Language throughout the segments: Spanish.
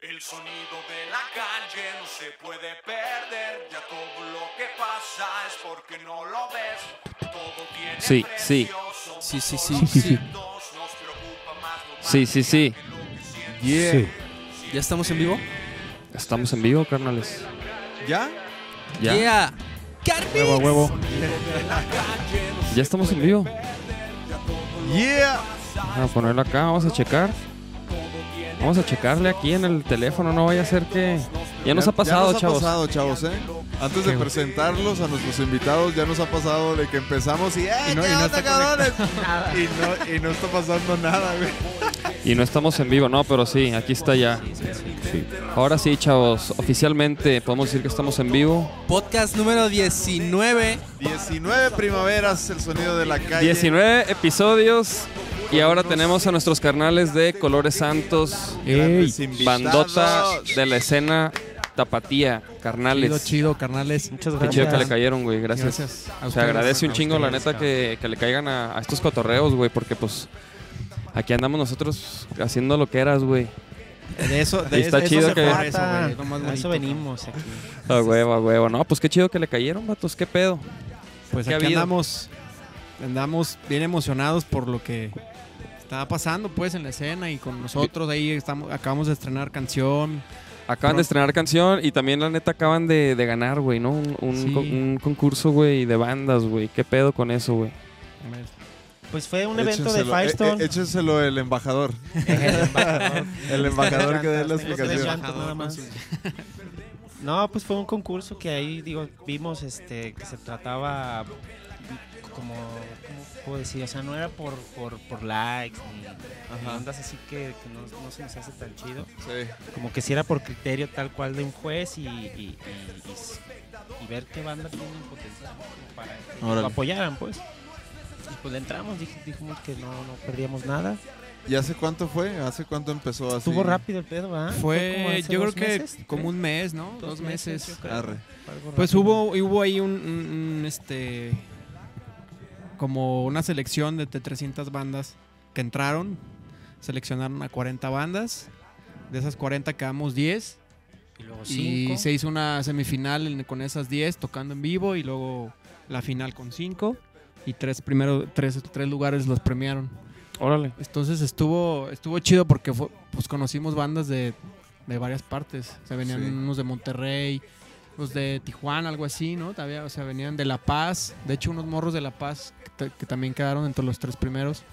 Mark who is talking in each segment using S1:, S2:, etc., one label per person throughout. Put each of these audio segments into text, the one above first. S1: El sonido de la calle no se puede perder, ya todo lo que pasa es porque no lo ves. Todo tiene
S2: Sí,
S1: precio,
S2: sí.
S1: somos
S2: Sí, sí,
S1: solo
S2: sí, sí, sí.
S1: objetos, nos preocupa más lo
S2: Sí, sí, sí.
S3: Yeah.
S4: Sí.
S3: ¿Ya estamos en vivo?
S2: Estamos en vivo, carnales.
S3: ¿Ya?
S2: Ya,
S3: Yeah.
S2: huevo, a
S3: ¡Carmen!
S2: huevo. Ya estamos en vivo.
S3: Yeah.
S2: Vamos a ponerlo acá, vamos a checar. Vamos a checarle aquí en el teléfono, no vaya a ser que... Ya nos ha pasado,
S4: nos ha
S2: chavos.
S4: pasado, chavos, ¿eh? Antes de
S2: Qué-
S4: presentarlos a nuestros invitados, ya nos ha pasado de que empezamos y ¡eh,
S3: Y no-
S4: qué
S3: y no
S4: onda,
S3: está
S4: cabrones! y, no, y no está pasando nada, güey.
S2: Y no estamos en vivo, no, pero sí, aquí está ya. Ahora sí, chavos, oficialmente podemos decir que estamos en vivo.
S3: Podcast número 19.
S4: 19 primaveras, el sonido de la calle.
S2: 19 episodios y ahora tenemos a nuestros carnales de Colores Santos,
S4: Grandes
S5: Ey,
S4: invitados.
S2: bandota de la escena tapatía,
S5: Chido,
S2: carnales.
S5: chido, carnales.
S6: Muchas
S2: Qué
S6: gracias.
S2: chido que le cayeron, güey, gracias.
S5: Gracias. a
S2: O sea,
S5: ustedes.
S2: agradece un
S5: A
S2: chingo, la
S5: ustedes,
S2: neta,
S5: cabrón.
S2: que, que le caigan a, a estos cotorreos, güey, porque pues aquí andamos nosotros haciendo lo que eras, güey.
S5: De eso, de
S2: Y está
S5: eso
S2: chido
S5: se
S2: que-
S5: trata.
S6: Trata.
S5: Eso, güey, lo más
S6: A
S5: bonito.
S6: eso venimos aquí.
S2: A huevo, a huevo. No, pues qué chido que le cayeron, vatos, qué pedo.
S5: Pues
S2: ¿Qué ha
S5: aquí
S2: habido?
S5: andamos, andamos bien emocionados por lo que está pasando, pues, en la escena y con nosotros. Ahí estamos, acabamos de estrenar canción.
S2: Acaban
S5: Pro-
S2: de estrenar canción y también la neta acaban de, de ganar, güey, ¿no? Un, un
S5: Sí.
S2: con- un concurso, güey, de bandas, güey. ¿Qué pedo con eso, güey?
S6: Pues fue un evento de
S4: Échenselo, eh,
S6: Firestone.
S4: eh, échenselo el embajador. el embajador que dé la explicación.
S6: Llantas nada más. No, pues fue un concurso que ahí digo vimos este que se trataba como ¿cómo puedo decir, o sea, no era por por, por likes ni ni ondas así que, que no, no se nos hace tan chido.
S4: Sí.
S6: Como que si era por criterio tal cual de un juez y, y- y- y s- y ver qué banda tienen potencial como para que
S4: Órale.
S6: lo apoyaran, pues. Y pues le entramos, dij- dijimos que no, no perdíamos nada.
S4: ¿Y hace cuánto fue? ¿Hace cuánto empezó así?
S6: Estuvo rápido el pedo, ¿verdad? como
S5: Fue,
S6: hace
S5: yo creo
S6: dos
S5: que
S6: meses,
S5: como
S6: tres,
S5: un mes, ¿no? Dos,
S6: dos
S5: meses.
S6: yo creo.
S4: Arre.
S6: Fue algo
S5: Pues
S6: rápido.
S5: hubo, hubo ahí un, un- un, este como una selección de 300 bandas que entraron, seleccionaron a 40 bandas, de esas 40 quedamos 10
S6: Y
S5: y
S6: luego Pues cinco.
S5: se hizo una semifinal en- con esas 10 tocando en vivo y luego la final con 5 y tres primero tres, tres lugares los premiaron.
S2: Órale.
S5: Entonces estuvo estuvo chido porque fue- pues conocimos bandas de, de varias partes. O sea, venían
S4: Sí.
S5: unos de Monterrey, unos de Tijuana, algo así, ¿no? Todavía, o sea, venían de La Paz. De hecho, unos morros de La Paz que, ta- que también quedaron entre los tres primeros.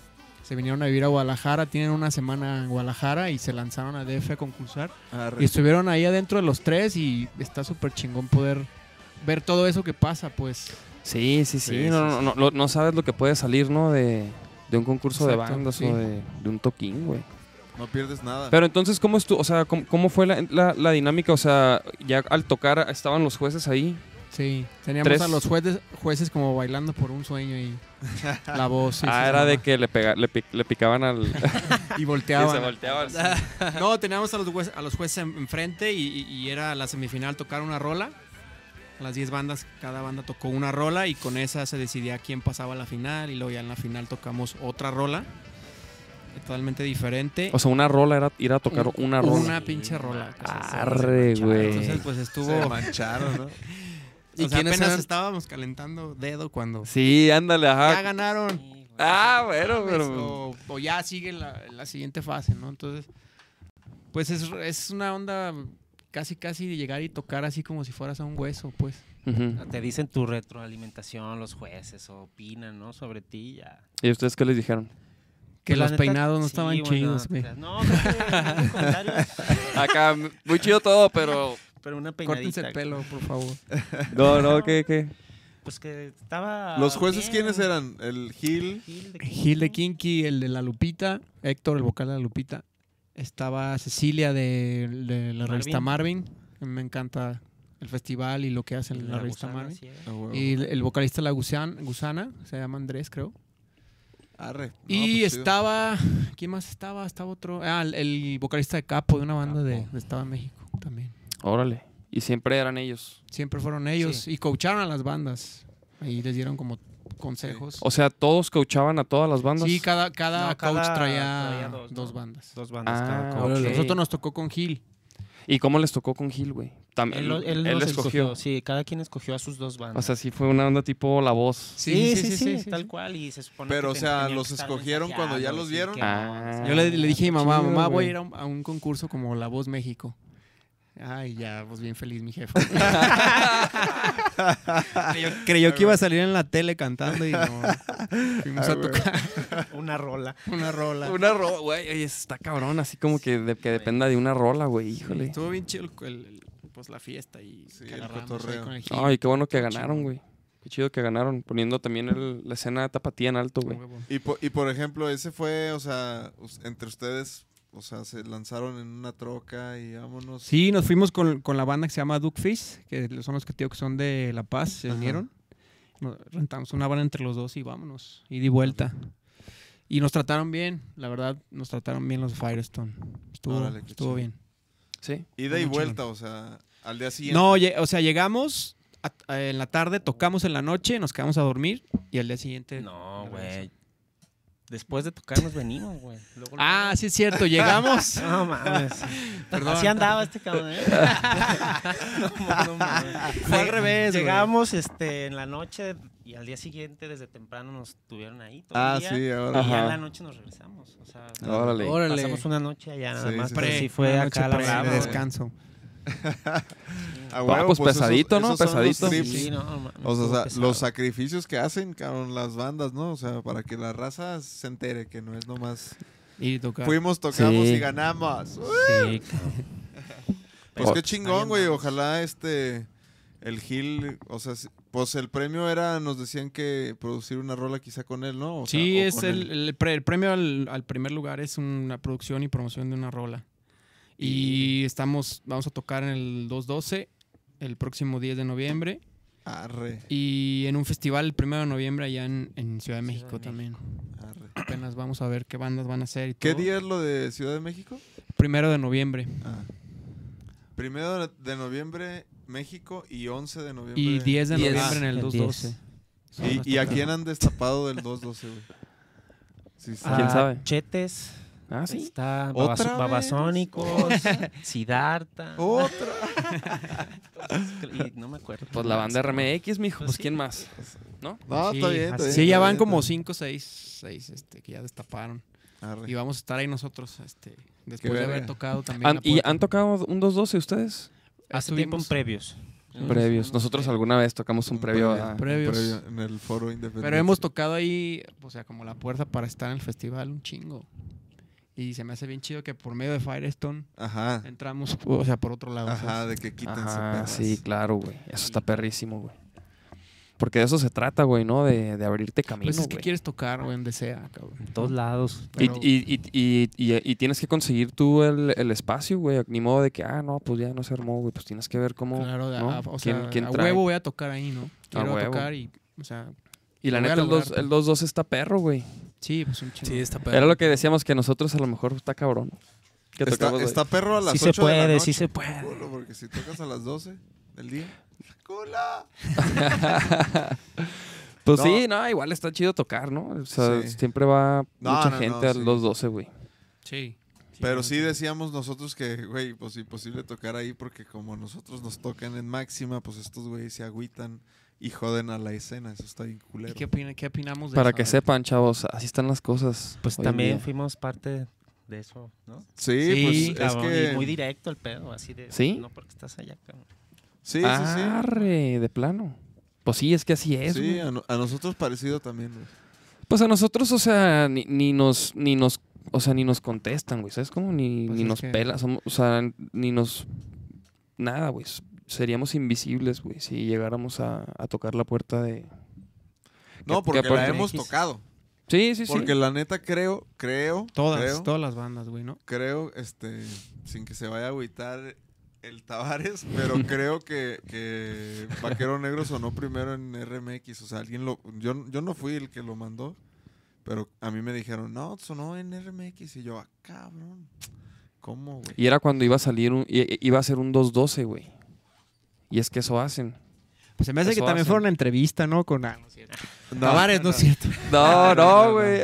S5: Se vinieron a vivir a Guadalajara, tienen una semana en Guadalajara y se lanzaron a DF a concursar.
S4: Arre.
S5: Y estuvieron ahí adentro de los tres y está súper chingón poder ver todo eso que pasa, pues.
S2: Sí, sí, sí.
S4: Sí,
S2: no,
S4: sí,
S2: no,
S4: sí.
S2: no, lo- no sabes lo que puede salir, ¿no? De, de un concurso de
S5: Exacto,
S2: bandas
S5: sí.
S2: o de, de un toquín, güey.
S4: No pierdes nada.
S2: Pero entonces, ¿cómo estuvo? O sea, ¿cómo, cómo fue la, la- la dinámica? O sea, ya al tocar estaban los jueces ahí.
S5: Sí, teníamos
S2: Tres.
S5: a los jueces, jueces como bailando por un sueño y la voz. sí,
S2: ah,
S5: sí,
S2: era
S5: sí,
S2: de
S5: mamá.
S2: que le, pega- le, pic- le picaban al... y
S5: Y
S2: se
S5: volteaban.
S2: volteaban.
S5: no, teníamos a los, jueces, a los jueces en- enfrente y, y- y era la semifinal tocar una rola. Las 10 bandas, cada banda tocó una rola y con esa se decidía quién pasaba a la final y luego ya en la final tocamos otra rola. Totalmente diferente.
S2: O sea, una rola era ir a tocar una rola.
S5: Una pinche rola.
S2: Arre, güey.
S5: Entonces, pues estuvo...
S4: Se mancharon, ¿no?
S5: ¿Y
S2: ¿Y quiénes
S5: apenas
S2: eran?
S5: estábamos calentando dedo cuando...
S2: Sí, ándale, ajá.
S5: Ya ganaron.
S6: Sí, güey.
S2: Ah, bueno,
S5: pues,
S2: pero.
S5: o, o ya sigue la, la siguiente fase, ¿no? Entonces, pues es, es una onda casi, casi de llegar y tocar así como si fueras a un hueso, pues.
S2: Ujú.
S6: Te dicen tu retroalimentación, los jueces o opinan, ¿no? Sobre ti ya.
S2: ¿Y ustedes qué les dijeron?
S5: Que
S6: Pues, la
S5: los
S6: neta,
S5: peinados no
S6: sí,
S5: estaban
S6: bueno,
S5: chidos,
S6: no te
S5: güey.
S6: creas. No, creo que hubo comentarios,
S2: Acá, muy chido todo, pero.
S6: pero una peinadita.
S5: Córtense el pelo, por favor.
S2: No, no, ¿qué, qué?
S6: Pues que
S5: Ah,
S6: estaba.
S4: ¿Los jueces
S6: bien.
S4: quiénes eran? ¿El Gil?
S6: Gil de
S5: Gil de Kinky, el de la Lupita, Héctor, el vocal de la Lupita. Estaba Cecilia de, de la revista Marvin. Me encanta el festival y lo que hacen en la, revista
S6: Gusana,
S5: Marvin.
S6: sí era.
S4: Ah, huevo.
S5: Y el, el vocalista La Gusan- Gusana, se llama Andrés, creo.
S4: Arre. No,
S5: Y
S4: pues chido.
S5: estaba. ¿Quién más estaba? Estaba otro. Ah, el, el vocalista de Capo, de una banda de, de Estado de México también.
S2: Órale. Y siempre eran ellos.
S5: Siempre fueron ellos y coacharon a las bandas. Ahí les dieron como consejos.
S2: O sea, todos coachaban a todas las bandas.
S5: Sí, cada, cada coach
S6: No, cada-
S5: traía,
S6: traía
S5: dos,
S6: dos, ¿no?
S5: bandas.
S6: Dos bandas
S2: Ah,
S6: cada
S2: ok.
S6: coach.
S5: Nosotros nos tocó con Gil.
S2: ¿Y cómo les tocó con Gil, güey? Tam-
S6: Él, lo- él los escogió. Sí, cada quien escogió a sus dos
S2: O
S6: bandas.
S2: sea, sí fue una onda tipo La Voz.
S6: sí, sí, sí, tal cual. Y se supone
S4: Pero,
S6: que
S4: o
S6: ten-
S4: sea,
S6: tenían
S4: los
S6: que estar
S4: escogieron cuando ya los
S6: mensajeados y
S4: vieron.
S6: que-
S2: Ah.
S5: Yo le, le dije a mi mamá,
S2: Chido,
S5: mamá, voy
S2: güey.
S5: a ir a un, a un concurso como La Voz México. Ay, ya, pues bien feliz mi jefe. creyó, creyó que iba a salir en la tele cantando y no. Fuimos a tocar
S6: Una rola.
S5: Ah, una rola.
S2: Una rola, güey. oye, Está cabrón, así como que, de- que dependa de una rola, güey. Híjole.
S5: Estuvo bien chido el- el- el- pues, la fiesta y
S4: Sí,
S5: que
S4: el
S5: agarramos
S4: cotorreo.
S5: ahí con el Gil.
S2: Ay, qué bueno que ganaron, güey. Qué chido que ganaron, poniendo también el- la escena de tapatía en alto, güey.
S5: Huevo.
S4: Y por, y por ejemplo, ese fue, o sea, us- entre ustedes, o sea, se lanzaron en una troca y vámonos.
S5: Sí, nos fuimos con, con la banda que se llama Duke Fish, que son los que tío que son de La Paz, se
S4: Ajá.
S5: unieron. Nos rentamos una banda entre los dos y vámonos, y di vuelta. Y nos trataron bien, la verdad, nos trataron bien los Firestone. Estuvo,
S4: Órale, qué
S5: estuvo
S4: chido.
S5: bien.
S2: Sí.
S4: Ida y
S5: muy
S4: vuelta, o sea, al día siguiente.
S5: No, lle- o sea, llegamos a- a- en la tarde, tocamos en la noche, nos quedamos a dormir y al día siguiente...
S6: No, güey. Después de tocar nos venimos, güey. Luego,
S5: Ah, sí es cierto, llegamos.
S6: luego. No mames.
S5: Perdón.
S6: Así andaba este cabrón, ¿eh? No, no mames.
S5: Fue al revés, güey.
S6: Llegamos este, en la noche y al día siguiente, desde temprano, nos tuvieron ahí. todo el
S4: Ah,
S6: día,
S4: sí,
S6: Y
S4: ahora.
S2: Ajá.
S6: ya en la noche nos regresamos. O sea,
S2: Órale.
S5: Órale.
S6: pasamos una noche allá nada
S4: Sí,
S6: más.
S4: sí,
S6: pero
S4: sí.
S6: sí fue
S5: Una
S6: acá
S5: noche
S6: la
S5: pre-
S6: brava,
S5: de
S6: güey.
S5: descanso.
S4: A huevo,
S2: pues,
S4: esos-
S2: pesadito, ¿no?
S4: esos son los
S2: Pesadito.
S4: trips.
S6: Sí, no,
S4: O
S6: mames,
S4: sea,
S6: estuvo
S4: o sea,
S6: pesado.
S4: los sacrificios que hacen, cabrón, las bandas, ¿no? O sea, para que la raza se entere que no es nomás.
S5: Y tocar.
S4: Fuimos, tocamos
S2: Sí.
S4: y ganamos.
S6: Sí, cabrón.
S4: Pues
S2: Oh.
S4: qué chingón,
S6: Ahí
S4: güey.
S6: andamos.
S4: Ojalá este. El Gil, o sea, si- pues el premio era, nos decían que producir una rola quizá con él, ¿no? O sea,
S5: sí,
S4: o
S5: es
S4: con
S5: el,
S4: él.
S5: el pre- el premio al, al primer lugar es una producción y promoción de una rola. Y estamos, vamos a tocar en el 212 el próximo 10 de noviembre
S4: Arre,
S5: y en un festival el 1 de noviembre allá en, en Ciudad de
S6: Ciudad de
S5: México
S6: México.
S5: también.
S4: arre.
S5: Apenas vamos a ver qué bandas van a ser y
S4: ¿Qué
S5: todo.
S4: día es lo de Ciudad de México?
S5: Primero de noviembre.
S4: Ah. Primero de noviembre, México, y 11 de noviembre.
S5: Y 10 de
S3: 10.
S5: noviembre en el
S6: El
S5: 212.
S4: ¿Y, y a quién han destapado del 212, güey? Sí, sí.
S2: Ah, ¿Quién sabe?
S6: Chetes.
S2: Ah, sí.
S6: Está
S4: ¿Otra
S6: Babas-
S4: vez?
S6: Babasónicos, Sidarta.
S4: Otra.
S6: Y no me acuerdo.
S2: Pues la banda RMX, mijo. Pues
S6: sí.
S2: quién más. ¿No?
S5: Sí,
S4: No, Ah, está bien, está
S6: así-
S4: bien,
S5: Sí,
S4: está
S5: ya van
S4: bien,
S5: como
S4: está
S5: 5 o 6 este, que ya destaparon.
S4: bien. Arre.
S5: Y vamos a estar ahí nosotros este, después de
S4: verga.
S5: haber tocado también.
S2: Han-
S5: la
S2: ¿Y
S5: puerta. Ah,
S2: han tocado un 2-12 ustedes?
S6: Hace tiempo en
S5: Estuvimos-
S6: previos.
S2: Previos. Nosotros alguna vez tocamos un previo a...
S5: pre- Previos.
S4: previo en el foro independiente.
S5: Pero hemos tocado ahí, o sea, como la puerta para estar en el festival un chingo. Y se me hace bien chido que por medio de Firestone
S4: Ajá.
S5: entramos, o sea, por otro lado. o sea,
S4: Ajá, de que quítense
S2: Ajá,
S4: perras.
S2: sí, claro, güey. Eso está perrísimo, güey. Porque de eso se trata, güey, ¿no? De, de abrirte camino,
S5: Pues es que
S2: güey.
S5: quieres tocar, güey, donde sea, cabrón.
S6: En todos lados.
S2: Y,
S5: Pero-
S2: y, y, y, y- y tienes que conseguir tú el, el espacio, güey. Ni modo de que, ah, no, pues ya no se armó, güey. Pues tienes que ver cómo.
S5: Claro, de-
S2: ¿no?
S5: a, o sea,
S2: ¿Quién- quién
S5: a
S2: trae?
S5: huevo voy a tocar ahí, ¿no? Quiero
S2: huevo.
S5: tocar y, o sea,
S2: Y la
S5: lo voy a
S2: neta, el
S5: lograr.
S2: 2 el 2-2 está perro, güey.
S5: sí, pues un chingo.
S3: Sí, está
S2: Era lo que decíamos que nosotros a lo mejor está cabrón. Que
S4: Está,
S2: tocamos, güey.
S4: está perro a las
S6: Sí
S4: 8
S6: se
S4: de la
S6: puede,
S4: noche.
S6: sí se puede.
S4: culo, porque si tocas a las 12 del día. ¡Cula!
S2: Pues
S4: No.
S2: sí, no, igual está chido tocar, ¿no? O sea,
S4: Sí.
S2: siempre va
S4: No,
S2: mucha
S4: no, no,
S2: gente al
S4: sí.
S2: 2-12, güey.
S5: Sí.
S4: Pero sí decíamos nosotros que, güey, pues imposible tocar ahí porque como nosotros nos tocan en máxima, pues estos güeyes se agüitan y joden a la escena. Eso está bien
S5: ¿Y
S4: culero.
S5: qué, opina- qué opinamos de
S2: Para
S5: eso?
S2: que
S5: A ver.
S2: sepan, chavos, así están las cosas.
S6: Pues
S2: hoy en
S6: también
S2: día.
S6: fuimos parte de eso, ¿no?
S4: Sí,
S5: Sí,
S4: pues
S6: Cabrón,
S4: es
S6: y
S4: que...
S6: muy directo el pedo, así de.
S2: ¿Sí?
S6: No porque estás allá, cabrón.
S4: sí, sí, sí.
S2: Arre, de plano. Pues sí, es que así Ah, es.
S4: sí,
S2: güey.
S4: a, no- a nosotros parecido también. güey.
S2: Pues a nosotros, o sea, ni, ni nos, ni nos, o sea, ni nos contestan, güey. ¿Sabes cómo? Ni,
S5: Pues
S2: ni
S5: es
S2: nos
S5: que-
S2: pela, somos- o sea, ni nos nada, güey. Seríamos invisibles, güey, si llegáramos a, a tocar la puerta de.
S4: No,
S2: que
S4: porque la
S2: aparte-
S4: hemos tocado.
S2: Sí, sí, sí.
S4: Porque la neta creo, creo,
S5: Todas,
S4: creo,
S5: todas las bandas, güey, ¿no?
S4: creo, este, sin que se vaya a agüitar el Tavares, pero creo que, que Vaquero Negro sonó primero en RMX. O sea, alguien lo. Yo, yo no fui el que lo mandó, pero a mí me dijeron, no, sonó en RMX. Y yo, ah, cabrón. ¿Cómo, güey?
S2: Y era cuando iba a salir un, i- i- iba a ser un 212, güey. Y es que eso hacen.
S5: Pues se me hace
S2: Eso
S5: que también
S2: hacen.
S5: fue una entrevista, ¿no? Con ah, no es cierto.
S4: No,
S5: Tavares, no, es cierto. Ah,
S2: No, no, güey.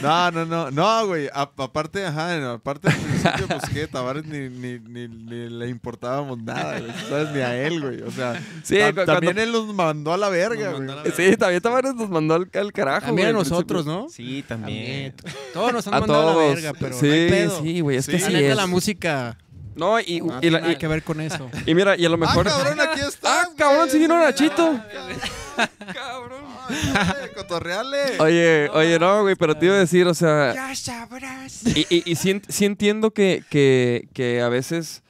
S4: No, no, no, no, güey. a- Aparte, ajá, aparte al principio, pues que Tavares ni, ni, ni, ni le importábamos nada, güey. ¿Sabes? Ni a él, güey. O sea,
S2: Sí,
S4: tam-
S2: cu-
S4: también
S2: cuando-
S4: él los mandó a la verga,
S5: Nos
S4: güey.
S5: mandó a la verga.
S2: Sí, también Tavares nos mandó al, al carajo.
S5: También a
S2: güey, al
S5: Ah, nosotros, ¿no?
S6: Sí,
S5: También.
S6: también.
S5: Todos nos han
S2: A
S5: mandado a la
S2: todos.
S5: verga, pero
S2: sí,
S5: no hay pedo.
S2: sí, güey, es que
S5: La
S2: sí
S5: neta,
S2: es.
S5: la música
S2: No, y,
S5: no
S2: y,
S5: tiene
S2: la-
S5: nada
S2: y-
S5: que ver con eso.
S2: y mira, y a lo mejor...
S4: Ah, cabrón, aquí está.
S2: Ah, cabrón, sí vino Nachito.
S4: ah, cabrón. Cotorreale.
S2: Oye, oye, no, güey, pero te iba a decir, o sea... Y, y, y sí, en- sí entiendo que, que, que a veces,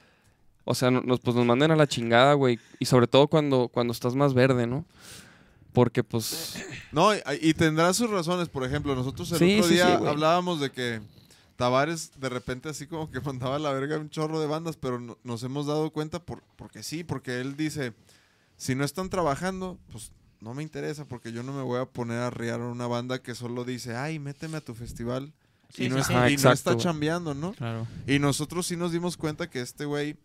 S2: o sea, no- nos, pues nos manden a la chingada, güey. Y sobre todo cuando, cuando estás más verde, ¿no? Porque, pues,
S4: No, y, y tendrá sus razones. Por ejemplo, nosotros el
S2: Sí,
S4: otro
S2: sí,
S4: día
S2: sí, güey.
S4: hablábamos de que Tavares de repente así como que mandaba a la verga un chorro de bandas, pero no- nos hemos dado cuenta por, porque sí, porque él dice, si no están trabajando, pues no me interesa porque yo no me voy a poner a riar a una banda que solo dice, ay, méteme a tu festival.
S6: Sí,
S4: y no,
S6: sí,
S4: es-
S6: sí.
S4: y
S2: Ajá,
S4: no
S2: Ah, exacto,
S4: está
S2: güey.
S4: chambeando, ¿no?
S5: Claro.
S4: Y nosotros sí nos dimos cuenta que este güey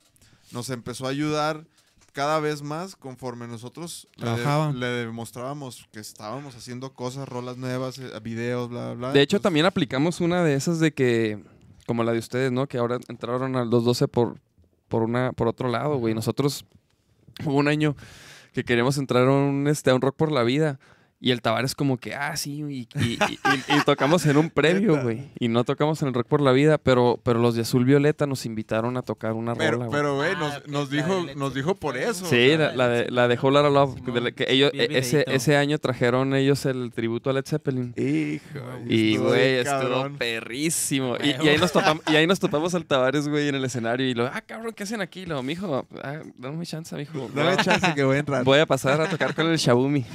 S4: nos empezó a ayudar cada vez más conforme nosotros le, de-
S5: Trabajaba.
S4: le demostrábamos que estábamos haciendo cosas, rolas nuevas, eh, videos, bla, bla, bla.
S2: de hecho
S4: Entonces,
S2: también aplicamos una de esas de que, como la de ustedes, ¿no? Que ahora entraron a los 12 por, por, una, por otro lado, güey. Nosotros hubo un año que queríamos entrar a un, este, a un rock por la vida. Y el Tavares como que, ah, sí, y, y- y- y- y tocamos en un previo, güey. Y no tocamos en el rock por la vida, pero, pero los de Azul Violeta nos invitaron a tocar una rola,
S4: Pero,
S2: güey.
S4: pero güey,
S6: Ah,
S4: nos,
S6: ok,
S4: nos
S6: la
S4: dijo,
S6: del-
S4: nos dijo por eso.
S2: Sí, la, la de, la de Whole Lotta Love,
S6: Simón,
S2: de la que ellos,
S6: vi el
S2: e- ese,
S6: videito.
S2: ese año trajeron ellos el tributo a Led Zeppelin.
S4: Hijo.
S2: Y,
S4: estuvo
S2: güey,
S4: bien
S2: estuvo
S4: cabrón.
S2: perrísimo. Y, y ahí nos topam- y ahí nos topamos al Tavares, güey, en el escenario. Y lo, ah, cabrón, ¿qué hacen aquí? Lo, mijo, ah, dame chance, mijo.
S4: Dame
S2: Voy a-
S4: chance que voy a entrar.
S2: Voy a pasar a tocar con el Shabumi.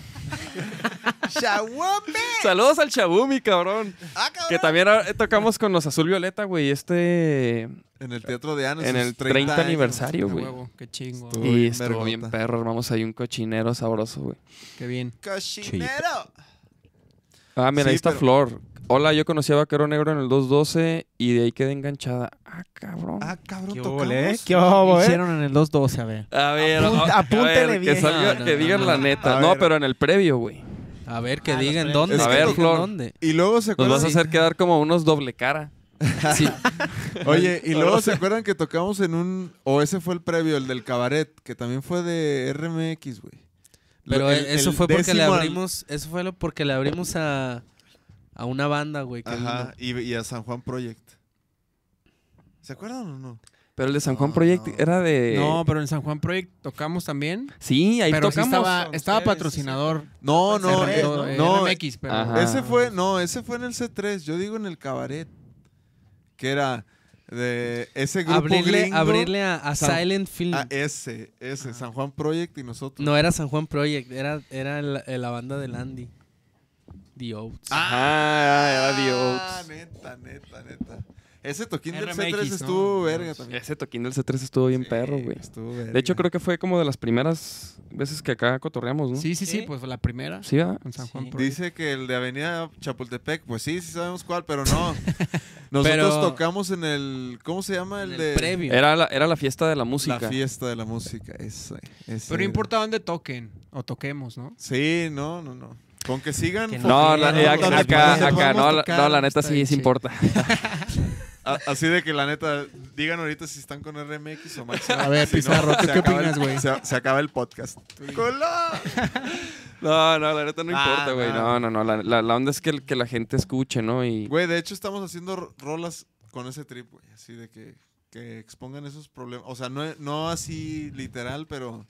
S4: ¡Shawope!
S2: Saludos al Shabumi, cabrón.
S4: ¡Ah, cabrón!
S2: Que también eh, tocamos con los Azul Violeta, güey, este...
S4: En el Teatro de Ana.
S2: en
S4: sus
S2: el 30
S4: años.
S2: aniversario,
S5: De
S2: güey.
S5: huevo, qué chingo.
S4: Estuvo
S2: Y
S4: bien
S2: estuvo bien
S4: vergota.
S2: perro, armamos ahí un cochinero sabroso, güey.
S5: Qué bien.
S4: ¡Cochinero!
S2: Ah, mira,
S4: Sí,
S2: ahí está
S4: pero-
S2: Flor. Hola, yo conocí a Vaquero Negro en el 212 y de ahí quedé enganchada. Ah, cabrón.
S4: Ah, cabrón,
S6: ¿Qué
S4: tocamos.
S6: óvole, eh? ¿Qué óvole?
S5: Hicieron en el 2-12, a ver.
S2: A ver,
S6: Apunta-
S2: a- a
S6: apúntele
S2: ver,
S6: bien.
S2: Que, salga-
S5: No, no,
S2: que
S5: no,
S2: digan
S5: no.
S2: la neta.
S4: A
S2: No,
S4: ver.
S2: pero en el previo, güey.
S5: A ver, que
S6: Ah, los
S5: digan
S6: premios.
S5: dónde.
S4: A
S5: que
S4: ver,
S5: digan
S2: Flor.
S5: ¿Dónde?
S4: Y luego se
S2: Nos
S4: acuerdan.
S2: vas a hacer quedar como unos doble cara. Sí.
S4: Oye, y luego se acuerdan que tocamos en un. O ese fue el previo, el del cabaret, que también fue de RMX, güey.
S3: Pero e-,
S4: El-
S3: eso
S4: el
S3: fue porque le
S4: décimo al-
S3: abrimos, eso fue lo- porque le abrimos a, a una banda, güey. que
S4: Ajá, y, y a San Juan Project. ¿Se acuerdan o no?
S2: Pero el de San Juan
S4: No,
S2: Project
S4: no.
S2: era de.
S5: No, pero en San Juan Project tocamos también.
S2: Eh, Sí, ahí
S5: pero sí
S2: tocamos.
S5: estaba,
S4: con
S5: estaba
S4: ustedes,
S5: patrocinador.
S4: No, no,
S5: R-
S4: eh,
S5: todo, eh,
S4: no. eh,
S5: RMX, pero.
S2: Ajá.
S3: Ah.
S4: Ese fue, no, ese fue en el C3, yo digo en el cabaret. Que era de ese
S3: vino.
S4: grupo
S3: Abrirle,
S4: gringo.
S3: abrirle Ah. a, a
S4: San- Ah, eh.
S3: Silent Film.
S4: a ese, ese, San Juan Project y nosotros.
S3: no era San Juan Project, era, era la, la banda de Landy. The Oats.
S2: Ajá, era The
S4: Ah,
S2: Oaks.
S4: neta, neta, neta. Ese toquín del
S5: RMX,
S4: C3
S5: ¿no?
S4: estuvo verga también.
S2: Ese toquín del C3 estuvo bien perro, güey. De hecho, creo que fue como de las primeras veces que acá cotorreamos, ¿no?
S5: Sí, sí, sí,
S3: Sí.
S5: pues la primera.
S2: Sí, ¿verdad?
S5: En San Juan
S3: Sí.
S5: Project.
S4: Dice que el de Avenida Chapultepec, pues sí, sí sabemos cuál, pero no. Nosotros
S3: Pero-
S4: tocamos en el. ¿Cómo se llama? El,
S3: En el
S4: de.
S3: previo.
S2: Era la, era la fiesta de la música.
S4: La fiesta de la música. Ese, ese
S5: Pero no
S4: era.
S5: importa dónde toquen o toquemos, ¿no?
S4: Sí, no, no, no. Con que sigan.
S6: Que
S2: No,
S6: Sí,
S2: la-
S6: no,
S2: eh,
S6: no,
S2: acá,
S6: no,
S2: acá,
S6: no,
S2: acá, no,
S4: podemos
S2: la,
S4: tocar,
S2: no, la neta
S3: está
S2: sí,
S3: bien
S2: sí
S3: chido.
S2: importa.
S4: a- Así de que la neta, digan ahorita si están con RMX o Max.
S5: A ver,
S4: Si no,
S5: Pizarro, ¿tú
S4: se
S5: qué
S4: acaba el-
S5: opinas, güey?
S4: Se, se acaba el podcast. ¡Colá!
S2: No, no, la neta no
S4: Ah,
S2: importa, güey. No,
S4: no.
S2: no, no. La, la- la onda es que, el- que la gente escuche, ¿no? Y
S4: Güey, de hecho estamos haciendo ro- rolas con ese trip, güey. Así de que, que expongan esos problemas. O sea, no, e- no así literal, pero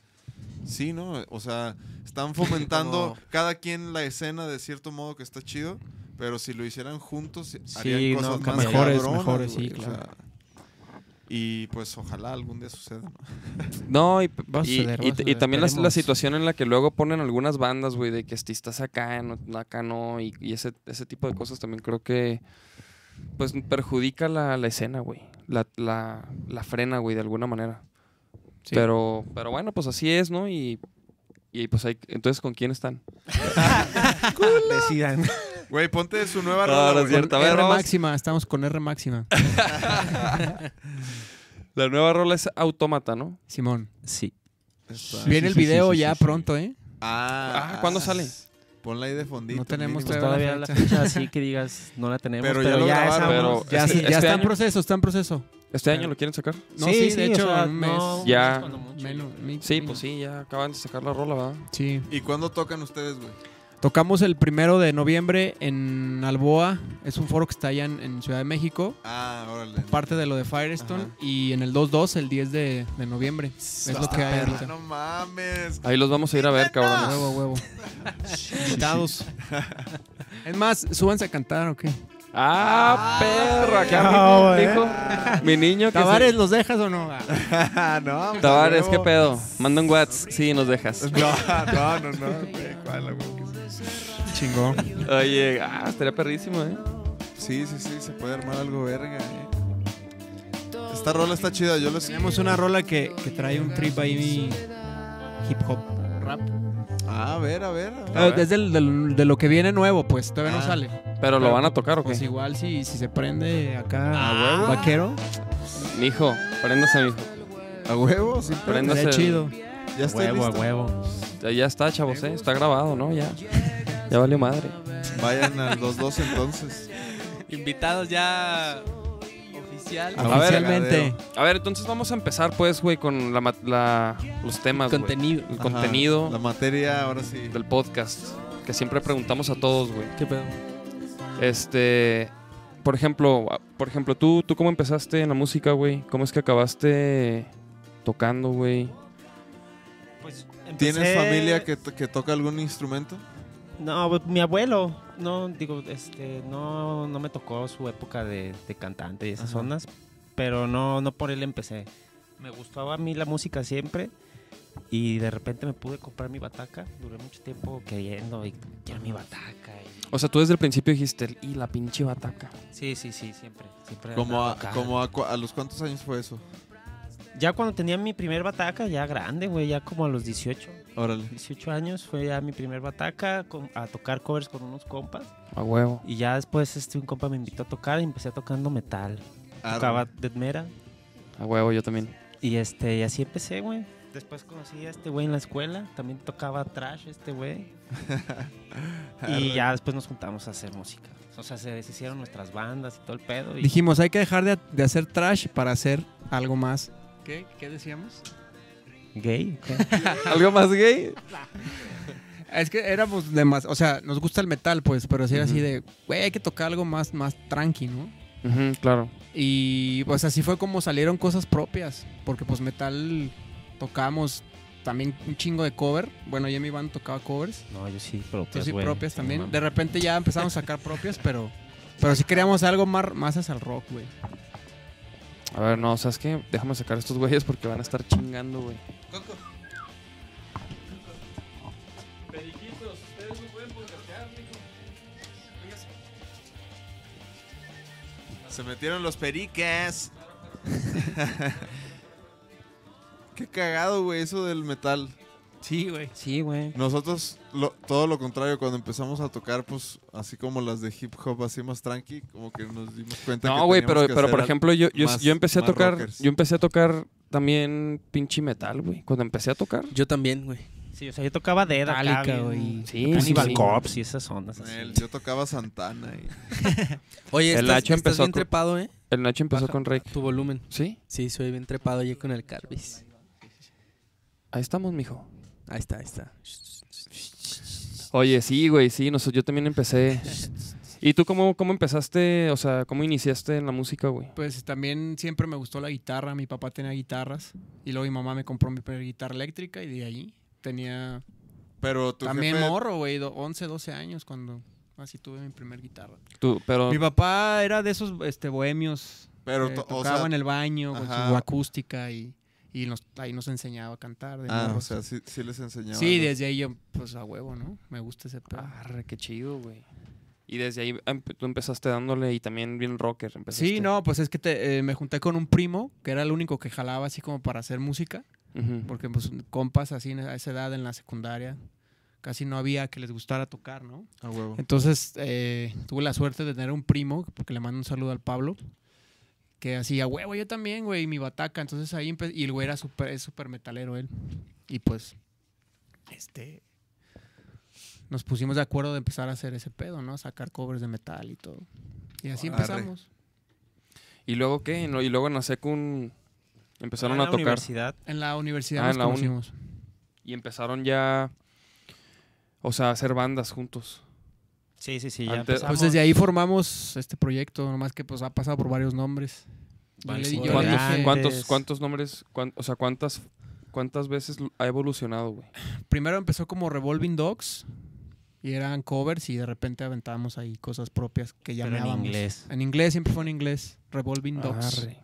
S4: sí, ¿no? O sea, están fomentando cada quien la escena de cierto modo que está chido. Pero si lo hicieran juntos, harían
S6: Sí, no,
S4: cosas más
S6: cambiaría.
S5: Mejores,
S4: cabronas,
S5: mejores,
S4: güey,
S5: sí,
S4: o
S5: claro.
S4: sea, y pues ojalá algún día suceda, ¿no?
S2: no, y,
S6: Va a
S2: y-
S6: suceder, va
S2: y-
S6: a
S2: y
S6: suceder,
S2: también la, la
S6: esperemos.
S2: situación en la que luego ponen algunas bandas, güey, de que si estás acá, no, no, acá no, y, y ese, ese tipo de cosas también creo que pues perjudica la, la escena, güey. La, la, la frena, güey, de alguna manera.
S5: Sí.
S2: Pero, pero bueno, pues así es, ¿no? Y, y pues hay, entonces ¿con quién están?
S6: Decidan.
S4: Güey, ponte su nueva
S2: No,
S4: rola,
S2: no es
S4: güey.
S2: cierto. A ver,
S5: R
S2: vamos.
S5: máxima, estamos con R máxima.
S2: La nueva rola es Autómata, ¿no?
S5: Simón.
S6: Sí.
S4: Está.
S5: Viene el video
S6: sí, sí,
S5: ya
S6: sí.
S5: pronto, ¿eh?
S4: Ah,
S2: Ah, ¿cuándo sale?
S4: Ponla ahí de fondito.
S5: No tenemos
S6: Pues
S5: Pero
S4: mínimo.
S5: la
S6: todavía la
S5: fecha.
S6: fecha así que digas, no la tenemos,
S4: Pero
S6: pero,
S4: ya lo
S6: ya,
S4: grabaron.
S6: sabemos.
S2: Pero
S5: Ya,
S2: este-
S5: sí, ya
S2: este
S5: está en
S2: año-
S5: proceso, está en proceso.
S2: ¿Este año lo quieren sacar?
S5: No, sí, de hecho,
S6: o sea,
S5: un mes.
S6: no,
S2: Ya.
S6: un mes cuando mucho.
S5: Menos, mi-
S2: Sí,
S5: mi-
S2: pues sí, ya acaban de sacar la rola, ¿verdad?
S5: Sí.
S4: ¿Y cuándo tocan ustedes, güey?
S5: Tocamos el primero de noviembre en Alboa. Es un foro que está allá en, en Ciudad de México.
S4: Ah, órale.
S5: Parte de lo de Firestone.
S4: Ajá.
S5: Y en el 2-2, el 10 de, de noviembre. Es lo que hay
S4: Ah,
S5: ahorita.
S4: No mames.
S2: Ahí los vamos a ir a ver, cabrón.
S5: Huevo, huevo. Invitados. es más, súbanse a cantar, ¿o qué?
S2: ¡Ah, perra! ¿Qué dijo? Mi niño que
S5: ¿Tavares los dejas o no?
S4: no,
S2: se... Tavares, ¿qué pedo? Manda un whats. Sí, nos dejas.
S4: No, no, no, no. güey, ¿cuál, güey?
S5: Chingón.
S2: Oye, ah, estaría perrísimo, ¿eh?
S4: Sí, sí, sí, se puede armar algo verga, eh. Esta rola está chida, yo les...
S5: Tenemos una rola que, que trae un trip ahí hip hop, rap.
S4: Ah, a ver, a ver. a ver.
S2: A ver.
S5: es del- del- de lo que viene nuevo, pues todavía
S4: Ah.
S5: no sale.
S2: Pero lo van a tocar, ¿o
S5: Pues
S2: qué?
S5: igual si, si se prende acá
S6: Ah, huevo.
S5: vaquero,
S2: Mijo, préndase, mijo.
S4: A huevo, Eh, sí. pero-
S2: Préndase.
S5: estaría chido.
S4: Ya estoy
S6: Huevo, a
S4: listo.
S6: huevo.
S2: Ya está, chavos, ¿eh? Está grabado, ¿no? Ya. Ya valió madre.
S4: Vayan al 2-2 entonces.
S5: Invitados ya oficial.
S2: A ver.
S5: Oficialmente.
S2: A ver, entonces vamos a empezar, pues, güey, con la, ma- la- los temas, güey.
S5: Contenido.
S2: El
S4: Ajá,
S2: contenido
S4: La materia, ahora sí.
S2: del podcast. Que siempre preguntamos a todos, güey.
S5: ¿Qué pedo?
S2: Este, por ejemplo, a- por ejemplo, tú, tú cómo empezaste en la música, güey. ¿Cómo es que acabaste tocando, güey?
S6: Pues,
S4: ¿Tienes
S2: Eh,
S6: empecé-
S4: familia que, to- que toca algún instrumento?
S6: No, pues, mi abuelo, no, digo, este, no, no me tocó su época de, de cantante y esas
S4: Ajá.
S6: zonas, pero no, no por él empecé. Me gustaba a mí la música siempre y de repente me pude comprar mi bataca. Duré mucho tiempo queriendo y quiero mi bataca. y-
S2: O sea, tú desde el principio dijiste, y la pinche bataca.
S6: Sí, sí, sí, siempre.
S2: eh,
S6: siempre
S4: Como,
S6: andaba
S4: a,
S6: acá.
S4: como a, cua- a los cuántos años fue eso?
S6: Ya cuando tenía mi primer bataca, ya grande, güey, ya como a los 18,
S4: Órale.
S6: 18 años, fue ya mi primer bataca con- a tocar covers con unos compas.
S2: A huevo.
S6: Y ya después este, un compa me invitó a tocar y empecé tocando metal.
S4: Arre.
S6: Tocaba Death Metal.
S2: A huevo, yo también.
S6: Y, este, y así empecé, güey. Después conocí a este güey en la escuela. También tocaba trash este güey. y ya después nos juntamos a hacer música. O sea, se deshicieron nuestras bandas y todo el pedo. Y
S5: Dijimos, hay que dejar de, de hacer trash para hacer algo más. ¿Qué? ¿Qué decíamos?
S6: gay. ¿qué?
S2: ¿Algo más gay?
S5: Es que éramos de más, o sea, nos gusta el metal, pues, pero si era así de, güey, hay que tocar algo más, más tranqui, ¿no?
S2: Ujú, claro.
S5: Y pues así fue como salieron cosas propias, porque pues metal tocamos también un chingo de cover. Bueno, yo en mi band tocaba covers,
S6: No, yo sí, propias.
S5: entonces sí
S6: güey.
S5: propias
S6: Sí,
S5: también.
S6: no
S5: De
S6: mames.
S5: repente ya empezamos a sacar propias, pero pero sí queríamos algo más más hacia el rock, güey.
S2: A ver, no, ¿sabes qué? Déjame sacar estos güeyes porque van a estar chingando, güey.
S4: Se metieron los periques. Qué cagado, güey, eso del metal.
S5: Sí, güey.
S6: Sí, güey.
S4: Nosotros, lo- todo lo contrario, cuando empezamos a tocar, pues, así como las de hip hop, así más tranqui, como que nos dimos cuenta que
S2: No, güey,
S4: teníamos
S2: pero,
S4: que
S2: pero
S4: hacer
S2: por
S4: al-
S2: ejemplo, yo, yo,
S4: más-
S2: yo empecé a
S4: más
S2: tocar.
S4: rockers.
S2: Yo empecé a tocar también pinche metal, güey. Cuando empecé a tocar.
S3: Yo también, güey.
S6: Sí, o sea, yo tocaba Dead acá,
S5: Metallica,
S6: güey.
S5: güey.
S2: Sí,
S6: Cannibal
S2: sí, sí.
S6: Corpse y esas ondas. así.
S4: Nel, yo tocaba Santana y...
S3: Oye,
S2: El
S3: estás,
S2: Nacho
S3: estás
S2: empezó con-
S3: bien trepado, ¿eh?
S2: El Nacho empezó
S3: Baja
S2: con Rake.
S3: Tu volumen.
S2: ¿Sí?
S3: Sí, soy bien trepado yo con el Carvis.
S2: Ahí estamos, mijo.
S3: Ahí está, ahí está.
S2: Oye, sí, güey, sí, nos- yo también empecé. ¿Y tú cómo, cómo empezaste, o sea, cómo iniciaste en la música, güey?
S5: Pues también siempre me gustó la guitarra, mi papá tenía guitarras y luego mi mamá me compró mi primera guitarra eléctrica y de ahí tenía
S4: Pero tu
S5: También
S4: jefe-
S5: morro, güey, do- 11, 12 años cuando así tuve mi primer guitarra.
S2: Tú, pero,
S5: Mi papá era de esos este, bohemios
S4: Pero,
S5: que
S4: to- o
S5: eh, tocaba
S4: sea,
S5: en el baño con
S4: ajá.
S5: su acústica y, y nos, ahí nos enseñaba a cantar. de
S4: Ah, o
S5: morros.
S4: sea, sí, sí les enseñaba.
S5: sí,
S4: algo. Ah,
S5: desde ahí yo, pues a huevo, ¿no? Me gusta ese pedo.
S2: Arre, qué chido, güey. Y desde ahí empe- tú empezaste dándole y también bien rocker. Empezaste.
S5: sí, no, pues es que te, eh, me junté con un primo que era el único que jalaba así como para hacer música,
S2: Ujú.
S5: porque pues compas así a esa edad en la secundaria casi no había que les gustara tocar, ¿no?
S4: A huevo.
S5: Entonces eh, tuve la suerte de tener un primo, porque le mando un saludo al Pablo, que hacía huevo yo también, güey, y mi bataca. Entonces ahí empe- y el güey era súper, es súper metalero él. Y pues, este, nos pusimos de acuerdo de empezar a hacer ese pedo, ¿no? Sacar covers de metal y todo. Y así
S4: Arre.
S5: empezamos.
S2: ¿Y luego qué? No, Y luego en la secu un- empezaron
S6: Ah,
S2: a
S6: en la
S2: pues, tocar.
S6: universidad.
S5: En la universidad
S2: Ah,
S5: nos
S2: en la uni.
S5: conocimos.
S2: Y empezaron ya, o sea, a hacer bandas juntos.
S6: Sí, sí, sí. Ya
S2: Antes-
S6: empezamos.
S5: Pues desde ahí formamos este proyecto, nomás que pues ha pasado por varios nombres. Yo le- yo le
S2: ¿Cuántos,
S5: dije-
S2: cuántos, cuántos nombres, cuán- o sea, cuántas, cuántas veces lo- ha evolucionado, güey?
S5: primero empezó como Revolving Dogs y eran covers y de repente aventábamos ahí cosas propias que
S6: Pero en
S5: llamábamos.
S6: inglés.
S5: En inglés, siempre fue en inglés. Revolving Dogs.
S2: Arre.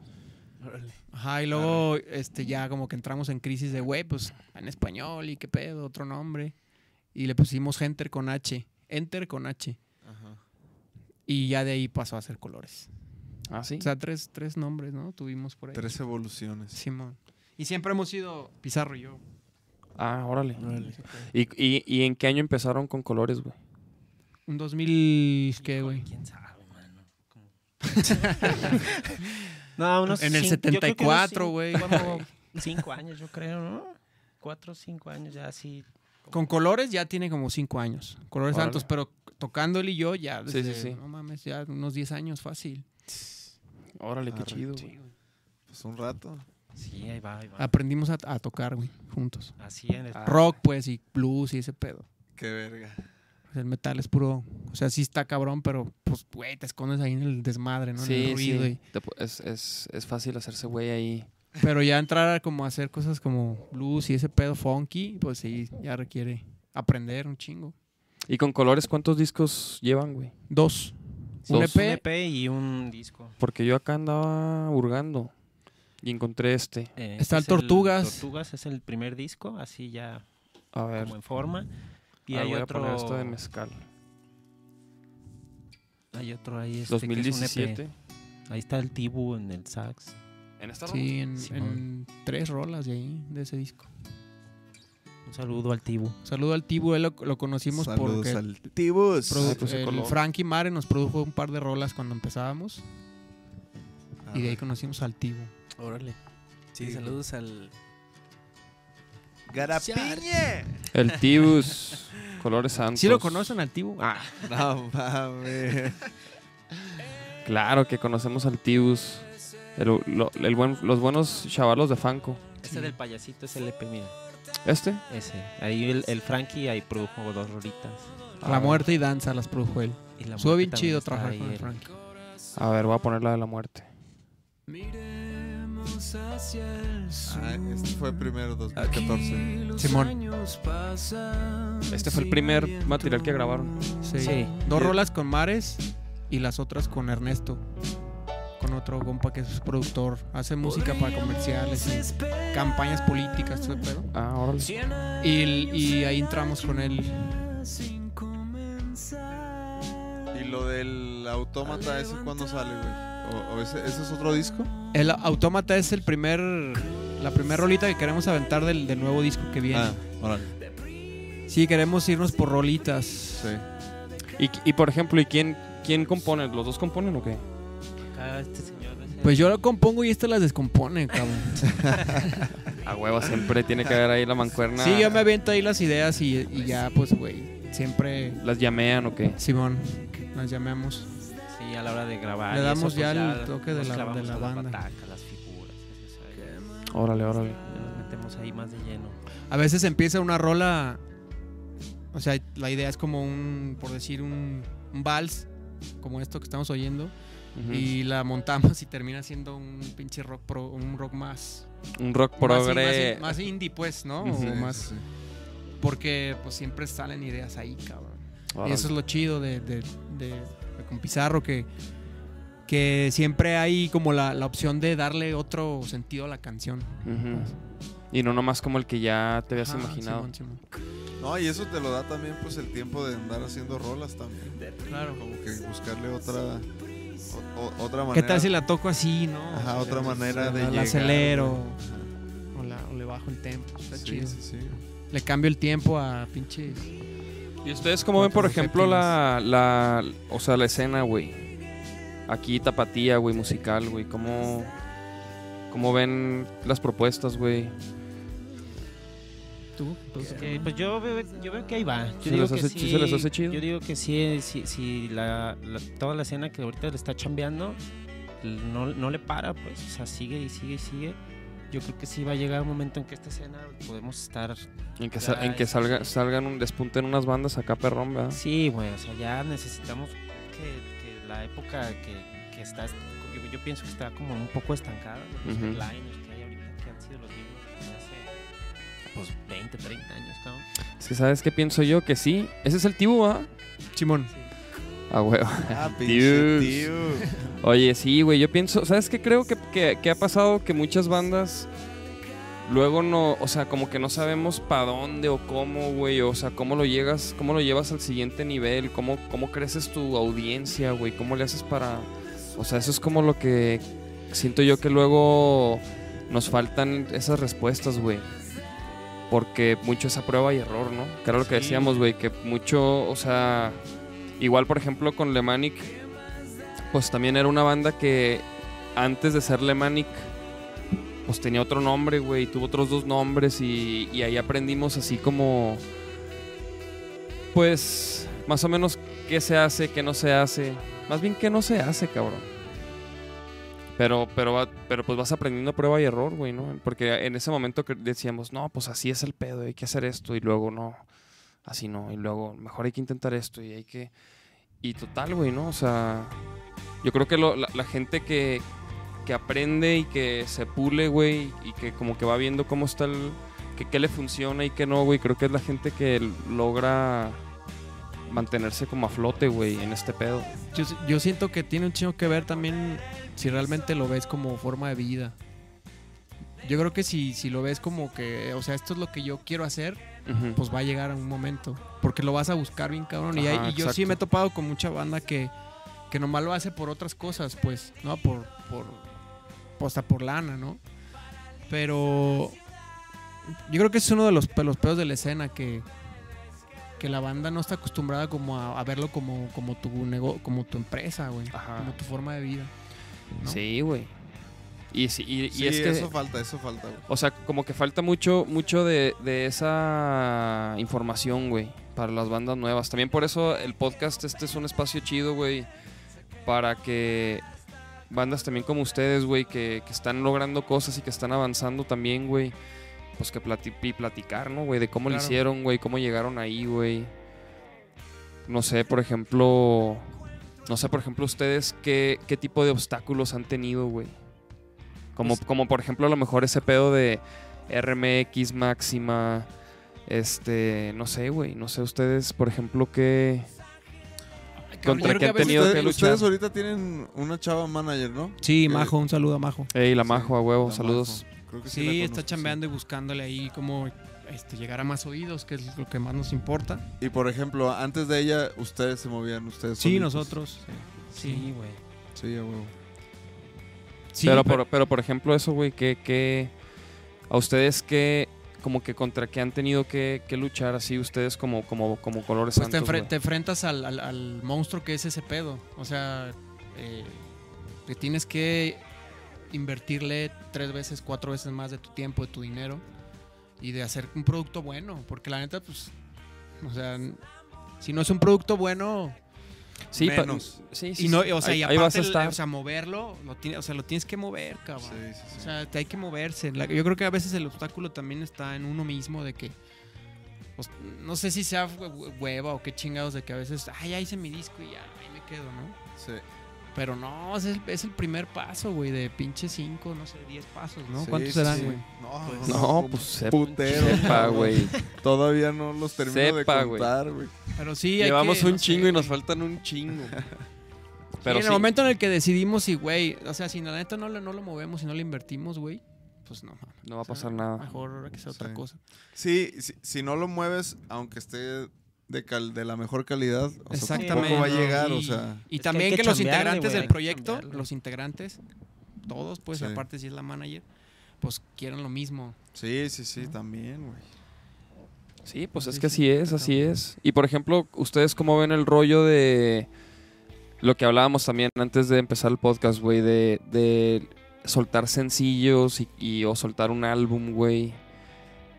S5: Ajá, y luego este, ya como que entramos en crisis de, güey, pues en español y qué pedo, otro nombre. Y le pusimos Enter con H. Enter con H.
S4: Ajá.
S5: Y ya de ahí pasó a ser colores.
S2: Ah, sí.
S5: O sea, tres, tres nombres, ¿no? Tuvimos por ahí.
S4: Tres evoluciones.
S5: Simón. Y siempre hemos sido Pizarro y yo.
S2: Ah, órale. ¿Y, y, y en qué año empezaron con colores, güey?
S5: Un 2000, ¿qué, güey?
S6: ¿Quién sabe, mano? Como- no, unos
S5: En el
S6: cin- yo creo que unos
S5: 74,
S6: cin-
S5: güey.
S6: como Cinco años, yo creo, ¿no? Cuatro, cinco años ya así.
S5: Con Colores ya tiene como cinco años. Colores
S2: Órale.
S5: Santos, pero tocando él y yo ya
S2: Sí,
S5: desde,
S2: sí, sí.
S5: no mames, ya unos 10 años fácil.
S2: Órale, qué
S4: Arre.
S2: chido, güey.
S4: Pues un rato.
S6: Sí, ahí va, ahí va.
S5: Aprendimos a, a tocar, güey, juntos.
S6: Así en el...
S2: Ah.
S5: Rock, pues, y blues y ese pedo. Pues,
S4: Qué verga.
S5: El metal es puro, o sea, sí está cabrón, pero pues, güey, te escondes ahí en el desmadre, ¿no? en el ruido. y-
S2: Te pu- es, es, es fácil hacerse güey ahí.
S5: pero ya entrar a como hacer cosas como blues y ese pedo funky, pues sí, ya requiere aprender un chingo.
S2: ¿Y con colores cuántos discos llevan, güey?
S5: Dos. E
S6: Un
S2: Dos. E
S6: EP, un EP y un disco.
S2: Porque yo acá andaba hurgando y encontré este.
S6: Eh,
S5: Está el
S6: es
S5: Tortugas.
S6: Tortugas es el primer disco, así ya
S2: A ver.
S6: como en forma. Y
S2: ah,
S6: hay
S2: voy a
S6: otro,
S2: poner esto de mezcal.
S5: este
S6: hay otro ahí, este, que es un EP.
S5: E
S2: 2017.
S6: Ahí está el Tibu en el sax.
S2: ¿En esta rola?
S5: Sí, en,
S6: Simón.
S5: en tres rolas de ahí, de ese disco.
S6: Un saludo al Tibu.
S5: Saludo al Tibu, él lo, lo conocimos
S4: Saludos
S5: porque
S4: al Tibus.
S5: produ-
S2: Ay, pues, el
S5: el
S2: color.
S5: Frankie Mare nos produjo un par de rolas cuando empezábamos y de ahí
S4: Arre.
S5: conocimos al Tibu.
S3: Órale. Sí,
S4: Sí,
S3: saludos al.
S4: Garapiñe.
S2: El Tibus. colores Santos.
S5: ¿Sí lo conocen al Tibu? Ah,
S4: No mames.
S2: Claro que conocemos al Tibus. El- lo- el buen- los buenos chavalos de Fanco.
S6: Este del payasito es el EP, mira.
S2: ¿Este?
S6: Ese. Ahí el, el Frankie ahí produjo dos rolitas.
S5: la muerte y danza las produjo él.
S6: Y la
S5: Estuvo
S6: muerte
S5: bien
S6: también
S5: chido
S6: está
S5: trabajar
S6: ahí,
S5: con el
S6: el-
S5: Frankie.
S2: A ver, voy a poner la de la muerte.
S4: Ah, este fue primero, 2014.
S5: Simón.
S2: Este fue el primer material que grabaron.
S5: Sí.
S6: Sí.
S5: Dos rolas con Mares y las otras con Ernesto. Con otro compa que es productor. Hace música para comerciales y campañas políticas, todo el pedo.
S2: Ah, órale.
S5: Y, el- y ahí entramos con él.
S4: ¿Y lo del autómata ese cuándo sale, güey? ¿O, o ese, ese es otro disco?
S5: El Autómata es el primer. La primera rolita que queremos aventar del, del nuevo disco que viene.
S4: Ah, órale.
S5: Sí, queremos irnos por rolitas.
S4: Sí.
S2: Y, y, por ejemplo, ¿y quién, quién compone? ¿Los dos componen o qué?
S6: Acá este señor es el-
S5: Pues yo lo compongo y esta las descompone, cabrón.
S2: A hueva, siempre tiene que haber ahí la mancuerna.
S5: Sí, yo me aviento ahí las ideas y, y ya, pues, güey, siempre
S2: ¿Las llamean o qué?
S5: Simón, nos llamemos.
S6: Sí, a la hora de grabar.
S5: Le
S6: y
S5: damos
S6: pues,
S5: ya el toque de
S6: nos
S5: la- de
S6: clavamos
S5: la
S6: a
S5: banda.
S6: Las patacas, las figuras. eso, ¿sabes?
S2: Órale, órale.
S6: Ya nos metemos ahí más de lleno.
S5: A veces empieza una rola, o sea, la idea es como un, por decir, un, un vals, como esto que estamos oyendo,
S2: Ujú.
S5: y la montamos y termina siendo un pinche rock, pro, un rock más...
S2: Un rock
S5: más-
S2: progre.
S5: Más, más indie, pues, ¿no?
S2: Ujú.
S5: O
S4: Sí,
S5: más-
S4: sí, sí.
S5: Porque pues siempre salen ideas ahí, cabrón.
S2: Órale.
S5: Y eso es lo chido de, de- de- de con Pizarro, que, que siempre hay como la, la opción de darle otro sentido a la canción. Pues,
S2: Ujú. Y no nomás como el que ya te habías
S5: Ajá,
S2: imaginado.
S5: Simón, Simón.
S4: No, y eso te lo da también pues el tiempo de andar haciendo rolas también.
S5: Claro.
S4: Como que buscarle otra o- o- otra manera.
S5: ¿Qué tal si la toco así, no?
S4: Ajá,
S5: O sea,
S4: otra
S5: pues,
S4: manera
S5: la-
S4: de
S5: la
S4: llegar,
S5: acelero
S4: güey.
S5: o, la- o le bajo el tempo. Está
S4: Sí,
S5: chido.
S4: sí, sí.
S5: Le cambio el tiempo a pinches.
S2: ¿Y ustedes cómo ven, por
S5: Otros
S2: ejemplo, la, la, o sea, la escena, güey? Aquí, tapatía, güey, musical, güey. ¿Cómo, ¿Cómo ven las propuestas, güey?
S3: tú? Pues,
S6: Que, pues yo veo, yo veo que ahí va. Yo
S2: Se
S6: digo
S2: les
S6: que
S2: hace- sí se les hace chido.
S6: Yo digo que sí, eh, si, si la, la- toda la escena que ahorita le está chambeando no, no le para, pues, o sea, sigue y sigue y sigue. Yo creo que sí va a llegar un momento en que esta escena podemos estar.
S2: En que, sa- en
S6: Ya,
S2: que
S6: eso
S2: salga,
S6: sí.
S2: salgan, un, despunten unas bandas acá, perrón, ¿verdad?
S6: Sí, güey, o sea, ya necesitamos que, que la época que, que está. Yo, yo pienso que está como un poco estancada. Los
S2: Ujú.
S6: headliners que hay ahorita que han sido los mismos desde hace pues 20, 30 años, cabrón.
S2: Es que, ¿sabes qué pienso yo? Que sí. Ese es el Tibu, ¿ah?
S5: Chimón.
S2: A huevo.
S4: Ah, pinche
S2: Dios.
S4: tío.
S2: Oye, sí, güey, yo pienso, ¿sabes qué creo que, que- que ha pasado? Que muchas bandas luego no, o sea, como que no sabemos para dónde o cómo, güey, o sea, cómo lo llegas, cómo lo llevas al siguiente nivel, cómo, cómo creces tu audiencia, güey, cómo le haces para... O sea, eso es como lo que siento yo que luego nos faltan esas respuestas, güey. Porque mucho es a prueba y error, ¿no? Que era lo que decíamos, güey, que mucho, o sea, igual por ejemplo con Lemanic, pues también era una banda que antes de ser Lemanic, pues tenía otro nombre, güey, tuvo otros dos nombres y, y ahí aprendimos así como, pues, más o menos qué se hace, qué no se hace, más bien qué no se hace, cabrón. Pero, pero, va- pero pues vas aprendiendo a prueba y error, güey, ¿no? Porque en ese momento que decíamos, no, pues así es el pedo, hay que hacer esto y luego no, así no, y luego mejor hay que intentar esto y hay que... Y total, güey, ¿no? O sea, yo creo que lo- la, la gente que, que aprende y que se pule, güey, y que como que va viendo cómo está el... que qué le funciona y qué no, güey, creo que es la gente que logra mantenerse como a flote, güey, en este pedo.
S5: Yo, s- yo siento que tiene un chingo que ver también si realmente lo ves como forma de vida. Yo creo que si, si lo ves como que, o sea, esto es lo que yo quiero hacer,
S2: Ujú.
S5: pues va a llegar a un momento. Porque lo vas a buscar bien, cabrón. y, hay-
S2: Ajá,
S5: y yo sí
S2: exacto.
S5: me he topado con mucha banda que, que nomás lo hace por otras cosas, pues, ¿no? Por, por, pues, hasta por lana, ¿no? Pero yo creo que ese es uno de los, pe- los pedos de la escena que, que la banda no está acostumbrada como a, a verlo como, como, tu nego- como tu empresa, güey.
S2: Ajá.
S5: Como tu forma de vida. ¿no?
S2: Sí, güey. Y, sí- y, y
S4: Sí,
S2: es que,
S4: eso falta, eso falta, güey.
S2: o sea, como que falta mucho, mucho de, de esa información, güey, para las bandas nuevas. También por eso el podcast este es un espacio chido, güey, para que bandas también como ustedes, güey, que, que están logrando cosas y que están avanzando también, güey, pues que plati- y platicar, ¿no, güey? De cómo lo
S5: Claro.
S2: hicieron, güey, cómo llegaron ahí, güey. No sé, por ejemplo, no sé, por ejemplo, ustedes qué, qué tipo de obstáculos han tenido, güey. Como, como por ejemplo, a lo mejor ese pedo de RMX máxima. Este, no sé, güey. No sé, ustedes, por ejemplo, qué.
S5: cabrón, yo
S2: ¿Contra qué
S5: creo que
S2: han
S5: a veces
S2: tenido
S4: ustedes,
S2: que luchar?
S4: ustedes ahorita tienen una chava manager, ¿no?
S5: Sí,
S4: Eh,
S5: Majo, un saludo a Majo.
S2: Ey, la majo, a huevo,
S4: La
S2: saludos.
S4: Majo. Creo que
S5: Sí,
S4: Pues la
S5: está
S4: conozco,
S5: chambeando y buscándole ahí cómo este, llegar a más oídos, que es lo que más nos importa.
S4: sí. Y por ejemplo, antes de ella, ustedes se movían, ustedes.
S5: Sí,
S4: solitos.
S5: nosotros. Sí.
S6: Sí, güey.
S4: Sí, a huevo.
S5: Sí,
S2: pero,
S5: pero-
S2: por, pero por ejemplo, eso, güey, que, que. A ustedes, que. Como que contra qué han tenido que, que luchar así ustedes como, como, como colores
S5: pues te,
S2: santos,
S5: enfre-
S2: güey?
S5: te enfrentas al, al- al monstruo que es ese pedo. O sea, eh, que tienes que invertirle tres veces, cuatro veces más de tu tiempo, de tu dinero y de hacer un producto bueno. Porque la neta, pues, o sea, n- si no es un producto bueno
S2: Sí, pa-
S4: Menos.
S2: sí, sí,
S5: y no,
S2: sí.
S5: o sea,
S2: ahí,
S5: y
S2: ahí
S5: aparte,
S2: vas a
S5: el-
S2: estar.
S5: o sea, moverlo, lo tiene- o sea, lo tienes que mover,
S4: Sí,
S5: cabrón.
S4: sí, sí.
S5: O sea, te hay que moverse. La- Yo creo que a veces el obstáculo también está en uno mismo de que. pues, no sé si sea hue- hueva o qué chingados de que a veces. Ay, ya hice mi disco y ya, ahí me quedo, ¿no?
S4: Sí.
S5: Pero no, es el, es el primer paso, güey, de pinche cinco, no sé, 10 pasos, ¿no?
S4: Sí,
S5: ¿Cuántos
S4: sí,
S5: serán,
S4: sí.
S5: güey?
S4: No,
S5: Pues-
S2: No,
S4: un
S2: pues sepa,
S4: putero,
S2: sepa,
S4: cabrón.
S2: güey.
S4: Todavía no los termino
S2: Sepa,
S4: de
S2: güey.
S4: contar, güey.
S5: Pero sí, hay
S2: Llevamos
S5: que,
S2: un
S5: no sé,
S2: chingo y
S5: güey.
S2: nos faltan un chingo.
S5: Sí,
S2: Pero
S5: en el momento en el que decidimos si, güey, o sea, si la neta no, lo- no lo movemos y no lo invertimos, güey, pues no. mames.
S2: no va a
S5: O sea,
S2: pasar nada.
S5: Mejor hay que sea otra
S4: Sí.
S5: cosa.
S4: Sí, si, si no lo mueves, aunque esté de, cal- de la mejor calidad, o sea,
S5: Exactamente.
S4: tampoco va a
S5: ¿no?
S4: llegar,
S5: y, Y
S4: o sea.
S6: Es que hay
S5: también
S6: que
S5: que, los
S6: chambearle,
S5: integrantes
S6: güey, hay
S5: del
S6: que
S5: proyecto,
S6: chambearle.
S5: los integrantes, todos, pues,
S4: Sí.
S5: aparte si es la manager, pues quieran lo mismo.
S4: Sí, sí, sí, también, güey.
S2: Sí, pues es
S5: Sí,
S2: que
S5: sí,
S2: así es, así es. Y por ejemplo, ¿ustedes cómo ven el rollo de lo que hablábamos también antes de empezar el podcast, güey? De, de soltar sencillos y, y- o soltar un álbum, güey.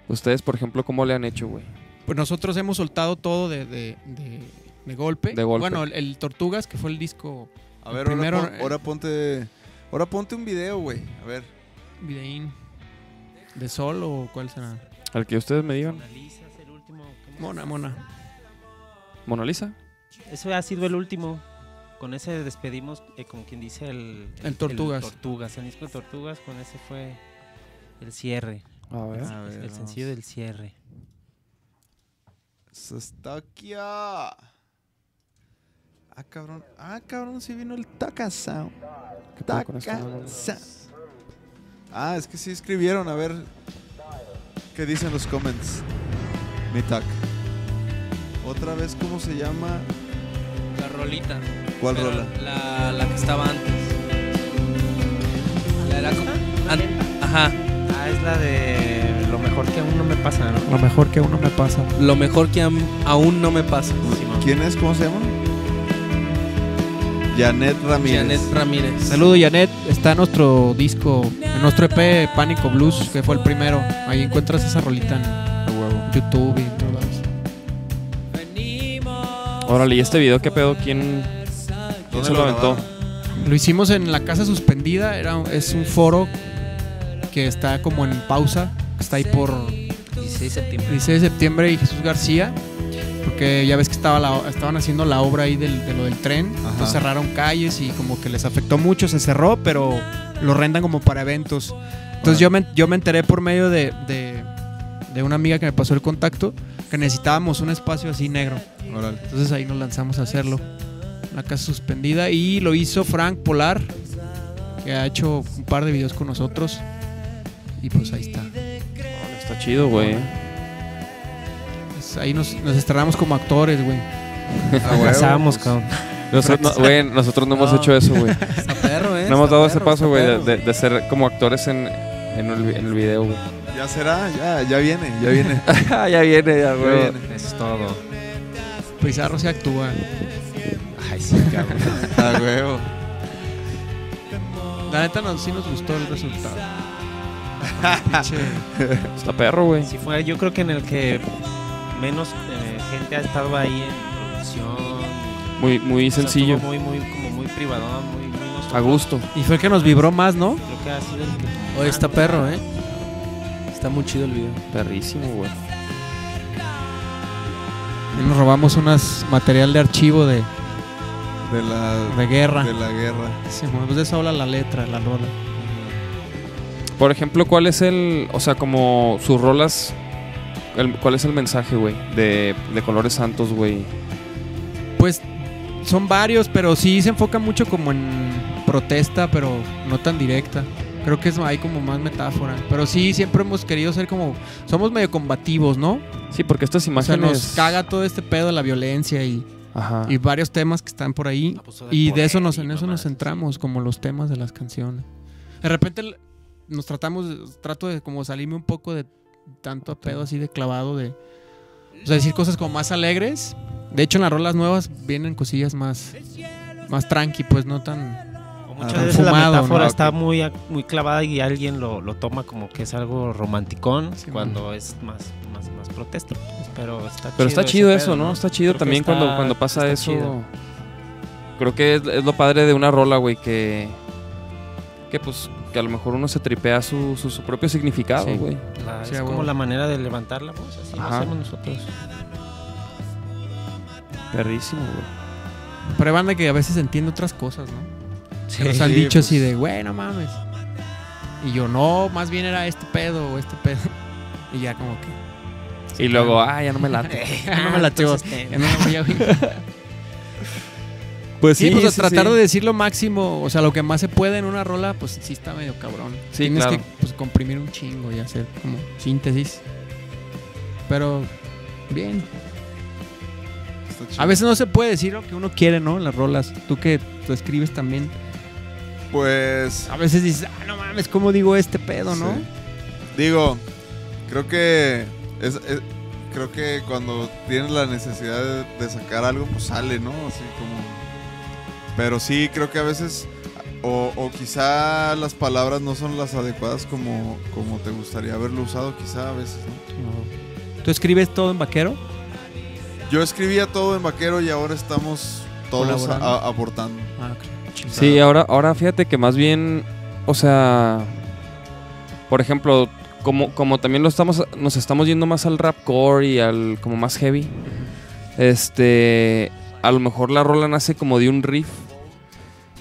S2: Ustedes, por ejemplo, ¿cómo le han hecho, güey?
S5: Pues nosotros hemos soltado todo de, de- de- de golpe.
S2: De golpe.
S5: Bueno, el, el Tortugas, que fue el disco
S4: A
S5: El
S4: ver, ahora
S5: primero,
S4: pon-
S5: eh.
S4: ahora ponte. Ahora ponte un video, güey. A ver.
S5: videín de Sol o cuál será.
S2: Al que ustedes me digan.
S6: Mona Lisa es el último. ¿cómo es?
S5: Mona, mona.
S2: ¿Mona Lisa?
S6: Eso ha sido el último. Con ese despedimos, eh, como quien dice, el,
S5: El Tortugas.
S6: El Tortugas, el disco de Tortugas, con ese fue el cierre.
S2: A ver.
S4: A ver,
S6: el
S4: vamos.
S6: sencillo del cierre.
S4: Se Pues, está aquí. Ah, Ah, cabrón. Ah, cabrón, sí vino el Taka Sound.
S2: ¿Qué pedo con esto?
S4: Taka
S2: No, no, no.
S4: Sound. Ah, es que sí escribieron. A ver. ¿Qué dicen los comments? Mi Tak. Otra vez, ¿cómo se llama?
S3: La rolita.
S4: ¿Cuál
S3: Pero
S4: rola?
S3: La, la que estaba antes. La era como- an- Ajá.
S6: Ah, es la de lo mejor que aún no me pasa, ¿no?
S5: Lo mejor que uno me pasa.
S3: Lo mejor que am- aún no me pasa.
S4: ¿Quién es? ¿Cómo se llama? Janet Ramírez.
S3: Janet Ramírez.
S5: Saludo, Janet. Está nuestro disco, en nuestro EP Pánico Blues, que fue el primero. Ahí encuentras esa rolita
S4: A huevo.
S5: en YouTube y en todos lados.
S2: Órale, ¿y este video qué pedo? ¿Quién, quién
S4: ¿Dónde
S2: se lo aventó?
S4: grabaron?
S5: Lo hicimos en la Casa Suspendida. Era, es un foro que está como en pausa. que Está ahí por
S6: 16 de septiembre.
S5: 16 de septiembre y Jesús García. Porque ya ves que estaba la- estaban haciendo la obra ahí del, de lo del tren.
S4: Ajá.
S5: Entonces cerraron calles y como que les afectó mucho. Se cerró, pero lo rentan como para eventos. Entonces yo me, yo me enteré por medio de, de- de una amiga que me pasó el contacto que necesitábamos un espacio así negro.
S4: Órale.
S5: Entonces ahí nos lanzamos a hacerlo. La casa suspendida. Y lo hizo Frank Polar, que ha hecho un par de videos con nosotros. Y pues ahí está.
S2: Órale, Está chido, güey.
S5: Pues, ahí nos, nos estrenamos como actores, güey.
S4: A huevo,
S6: Fracasamos,
S4: pues.
S6: cabrón.
S2: Nosotros no, güey, nosotros no hemos
S3: No.
S2: hecho eso, güey.
S3: Está perro, ¿eh?
S2: No hemos
S3: Está
S2: dado ese
S3: perro, está
S2: paso, güey, de,
S3: perro.
S2: de- de ser como actores en, en, el, vi- en el video, güey.
S4: Ya será, ya, ya viene, ya viene.
S2: ya viene, ya,
S4: ya viene.
S6: Eso es todo.
S5: Pizarro se actúa.
S6: Ay, sí, cabrón.
S4: A huevo.
S5: La neta nos, sí nos gustó el resultado. Pinche-
S2: Está perro, güey.
S6: Sí fue, yo creo que en el que menos eh, gente ha estado ahí en producción.
S2: Muy, muy
S6: O sea,
S2: sencillo.
S6: estuvo muy, muy, como muy privadón, muy, muy nosotros.
S2: A gusto.
S5: y fue el que nos vibró más, ¿no? Oh,
S6: Creo que ha sido el que...
S3: Oye, está perro, ¿eh? Está muy chido el video.
S2: Perrísimo, güey.
S5: Y nos robamos unas material de archivo de,
S4: De la,
S5: de guerra.
S4: de la guerra.
S5: Sí, bueno, pues de eso habla la letra, la rola.
S2: Por ejemplo, ¿cuál es el, o sea, como sus rolas, el- cuál es el mensaje, güey, de, de Colores Santos, güey?
S5: Pues son varios, pero sí se enfoca mucho como en protesta, pero no tan directa. Creo que es, hay como más metáfora. Pero sí, siempre hemos querido ser como... Somos medio combativos, ¿no?
S2: Sí, porque estas
S5: O sea,
S2: imágenes...
S5: nos caga todo este pedo de la violencia y,
S2: Ajá.
S5: y varios temas que están por ahí.
S6: abuso del
S5: Y de eso
S6: pues, poder
S5: nos,
S6: y
S5: en eso nos
S6: mamadas.
S5: centramos, como los temas de las canciones. De repente l- nos tratamos, trato de como salirme un poco de tanto pedo así de clavado, de o sea, decir cosas como más alegres. De hecho, en las rolas nuevas vienen cosillas más, más tranqui, pues no tan.
S6: O
S4: Ah,
S6: Muchas veces
S5: fumado,
S6: la metáfora
S5: ¿no?
S6: está muy, ac- muy clavada y alguien lo, lo toma como que es algo romanticón
S5: Sí,
S6: cuando es más, más, más protesta. pues, Pero está
S2: Pero está
S6: ese
S2: chido
S6: pedo,
S2: eso, ¿no? Está chido
S6: Creo que
S2: también
S6: está-
S2: cuando, cuando pasa
S6: está
S2: eso.
S6: chido.
S2: Creo que es, es lo padre de una rola, güey, que... Que pues, que a lo mejor uno se tripea su, su, su propio significado,
S6: Sí.
S2: güey.
S6: La-
S5: Sí,
S6: es
S5: a
S6: como
S5: huevo.
S6: la manera de levantar la voz, así lo
S2: Ajá.
S6: hacemos nosotros.
S2: Perrísimo, güey.
S5: Pero hay banda que a veces entiende otras cosas, ¿no? Que nos
S4: Sí,
S5: han dicho
S4: pues.
S5: así de, güey, no mames. Y yo, no, más bien era este pedo o este pedo. Y ya como que.
S2: Y luego, ah, ya no me late.
S5: Ya no me la tengo.
S6: Entonces,
S5: Ya
S6: eh,
S5: no me voy a
S2: pues
S5: Sí, pues a tratar de decir lo máximo, o sea, lo que más se puede en una rola, pues sí está medio cabrón.
S2: Sí,
S5: Tienes
S2: claro.
S5: que pues, comprimir un chingo y hacer como síntesis. Pero bien.
S4: Está chido.
S5: A veces no se puede decir lo que uno quiere, ¿no? En las rolas. Tú que tú escribes también.
S4: Pues.
S5: A veces dices, ah, no mames, ¿cómo digo este pedo, no?
S4: Sí. Digo, creo que es, es- creo que cuando tienes la necesidad de, de sacar algo, pues sale, ¿no? Así como. Pero sí, creo que a veces O, o quizá las palabras no son las adecuadas como, como te gustaría haberlo usado, quizá a veces, ¿no?
S5: ¿Tú escribes todo en vaquero?
S4: Yo escribía todo en vaquero y ahora estamos todos a-
S5: Colaborando.
S4: a- aportando.
S5: Ah,
S4: O sea,
S2: Sí, ahora, ahora fíjate que más bien, o sea, por ejemplo, como, como también lo estamos, nos estamos yendo más al rap core y al como más heavy, este, a lo mejor la rola nace como de un riff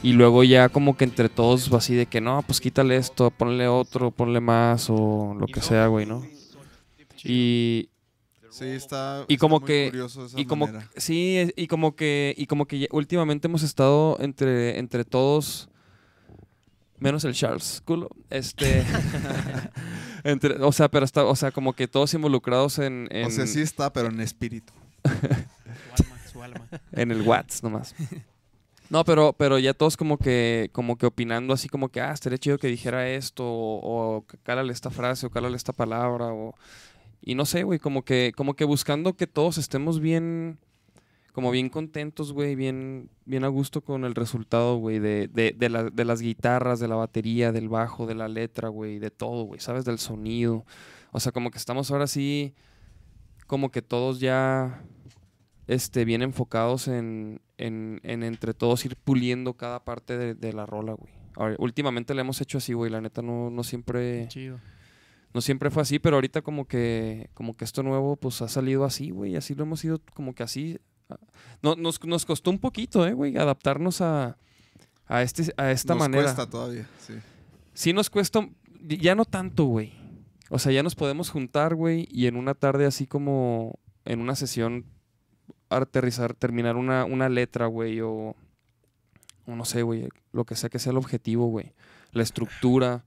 S2: y luego ya como que entre todos así de que no, pues quítale esto, ponle otro, ponle más o lo que sea, güey, ¿no? Y,
S4: Sí, está.
S2: Y
S4: está
S2: como
S4: muy
S2: que-
S4: curioso esa
S2: y como
S4: manera.
S2: que- sí es- y como que y como que ya- últimamente hemos estado entre entre todos menos el Charles culo este entre o sea pero está o sea como que todos involucrados en en,
S4: O sea, sí está, pero en espíritu.
S5: Su alma, su alma.
S2: en el Watts nomás no pero pero ya todos como que como que opinando así como que ah estaría chido que dijera esto o, o cálale esta frase o cálale esta palabra o y no sé, güey, como que, como que buscando que todos estemos bien, como bien contentos, güey, bien, bien a gusto con el resultado, güey, de, de, de, la- de las guitarras, de la batería, del bajo, de la letra, güey, de todo, güey, ¿sabes? Del sonido. O sea, como que estamos ahora sí, como que todos ya, este, bien enfocados en, en, en entre todos ir puliendo cada parte de, de la rola, güey. Ahora, Últimamente la hemos hecho así, güey, la neta no, no siempre
S5: Chido.
S2: no siempre fue así, pero ahorita como que como que esto nuevo pues ha salido así, güey, así lo hemos ido como que así. ah, No, nos, nos costó un poquito, eh, güey, adaptarnos a, a, este, a esta
S4: Nos
S2: manera.
S4: cuesta todavía, sí.
S2: Sí nos cuesta, ya no tanto, güey. O sea, ya nos podemos juntar, güey, y en una tarde así como en una sesión aterrizar, terminar una, una letra, güey, o, o no sé, güey, lo que sea que sea el objetivo, güey. La estructura.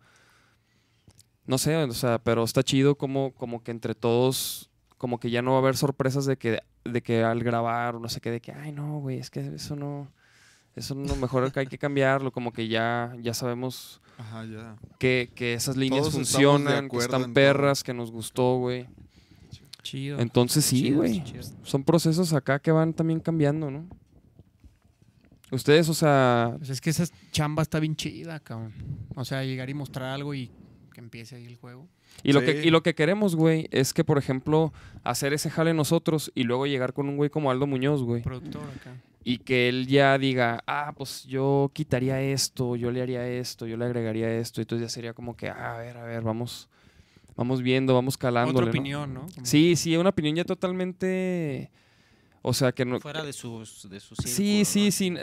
S2: No sé, o sea, pero está chido como, como que entre todos, como que ya no va a haber sorpresas de que, de que al grabar, o no sé qué, de que, ay, no, güey, es que eso no, eso no, mejor que hay que cambiarlo, como que ya, ya sabemos
S4: Ajá, ya.
S2: que, que esas líneas
S4: Todos estamos de
S2: funcionan, que
S4: acuerdo en
S2: están
S4: todo.
S2: perras, que nos gustó, güey.
S5: Chido.
S2: Entonces sí,
S5: Chido,
S2: güey.
S5: chido.
S2: Son procesos acá que van también cambiando, ¿no? Ustedes, o sea,
S5: Pues es que esa chamba está bien chida, cabrón. O sea, llegar y mostrar algo y que empiece ahí el juego.
S2: y lo, que,
S4: Sí.
S2: y lo que queremos, güey, es que, por ejemplo, hacer ese jale nosotros y luego llegar con un güey como Aldo Muñoz, güey.
S5: Productor acá.
S2: y que él ya diga, ah, pues yo quitaría esto, yo le haría esto, yo le agregaría esto, y entonces ya sería como que, ah, a ver, a ver, vamos, vamos viendo, vamos calando.
S5: Otra opinión, ¿no? Como-
S2: Sí, sí, una opinión ya totalmente, o sea, que no...
S6: Fuera de sus, de sus
S2: Sí, sí, sí,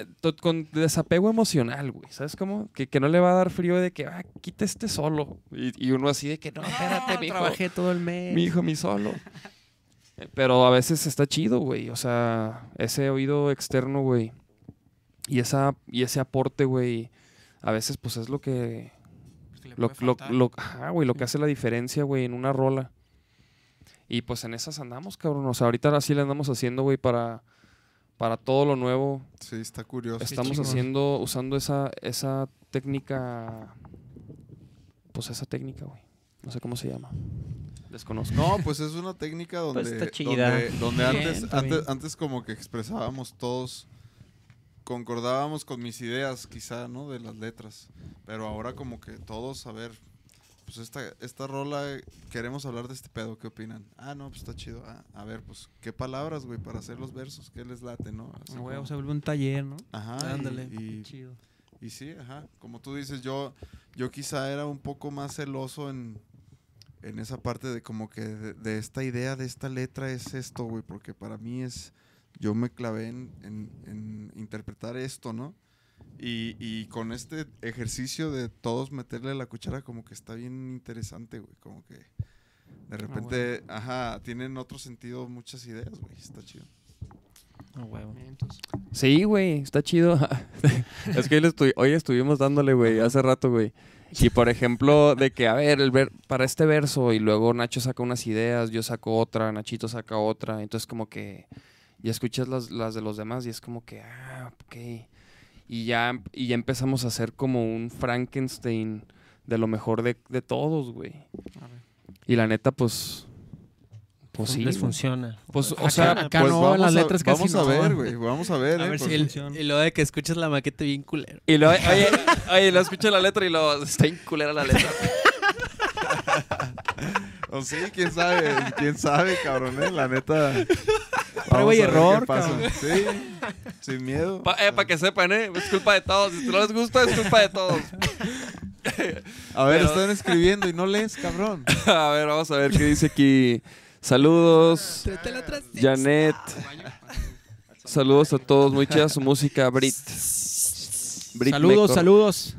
S2: con desapego emocional, güey, ¿sabes cómo? Que, que no le va a dar frío de que, ah, quita este solo, y, y uno así de que, no, espérate,
S5: Ah,
S2: mijo,
S5: Trabajé todo el mes.
S2: mi hijo, mi solo. Eh, Pero a veces está chido, güey. O sea, ese oído externo, güey. Y, esa, y ese aporte, güey. A veces, pues es lo que.
S5: Pues que le
S2: Lo,
S5: puede
S2: lo,
S5: faltar.
S2: lo- ajá, güey, lo que hace la diferencia, güey, en una rola. Y pues en esas andamos, cabrón. O sea, ahorita así le andamos haciendo, güey, para, para todo lo nuevo.
S4: Sí, está curioso.
S2: Estamos
S5: Pues, chingón.
S2: haciendo, usando esa, esa técnica. Pues esa técnica, güey. No sé cómo se llama. Desconozco.
S4: No, pues es una técnica donde,
S6: Pues está chida.
S4: donde, donde
S5: Bien,
S4: antes,
S5: está
S4: antes,
S5: bien.
S4: antes como que expresábamos todos, concordábamos con mis ideas quizá, ¿no? De las letras. Pero ahora como que todos, a ver, pues esta, esta rola, eh, queremos hablar de este pedo, ¿qué opinan? Ah, no, pues está chido. Ah, a ver, pues, ¿qué palabras, güey, para hacer los versos? ¿Qué les late, no? Así
S5: Ah, güey,
S4: como-
S5: o sea, vuelve un taller, ¿no?
S4: Ajá,
S3: Ah, Ándale.
S4: y- y
S5: Chido.
S4: y sí, ajá. Como tú dices, yo, yo quizá era un poco más celoso en, en esa parte de como que de, de esta idea, de esta letra es esto, güey, porque para mí es, yo me clavé en, en- en interpretar esto, ¿no? Y, y con este ejercicio de todos meterle la cuchara como que está bien interesante, güey, como que
S5: Ah,
S4: de repente, ajá, tienen otro sentido muchas ideas, güey, está chido.
S2: Pues
S5: Entonces,
S2: Sí, güey, está chido. es que hoy, le estu- hoy estuvimos dándole, güey, hace rato, güey. Y por ejemplo, de que, a ver, el ver para este verso, y luego Nacho saca unas ideas, yo saco otra, Nachito saca otra. Entonces, como que ya escuchas las, las de los demás y es como que, ah, ok. Y ya, em- y ya empezamos a hacer como un Frankenstein de lo mejor de, de todos, güey.
S5: a ver.
S2: Y la neta, pues. Pues sí.
S6: les funciona.
S2: Pues, o
S5: Acá-
S2: sea,
S5: acá no, en las
S4: a-
S5: letras casi
S4: vamos
S5: no.
S4: a ver, güey. Vamos a ver,
S5: A
S4: eh,
S5: ver
S4: pues,
S5: si el-
S3: Y lo de que escuchas la maqueta bien culero.
S2: y luego, oye, oye, lo escuché la letra y lo está en culera la letra.
S4: O sí, quién sabe, quién sabe, cabrón, eh, la neta.
S5: Prueba
S4: Vamos
S5: y
S4: a ver
S5: error,
S4: qué pasa.
S5: cabrón.
S4: Sí, sin miedo.
S2: Pa- eh, para que sepan, eh, es culpa de todos. Si no les gusta, es culpa de todos.
S4: A ver,
S2: Pero-
S4: están escribiendo y no lees, cabrón.
S2: A ver, vamos a ver qué dice aquí. Saludos,
S5: Tráete la otra sexta.
S2: Janet. Saludos a todos, muy chida su música, Brit. Brit
S5: Saludos,
S2: Mecor.
S5: saludos.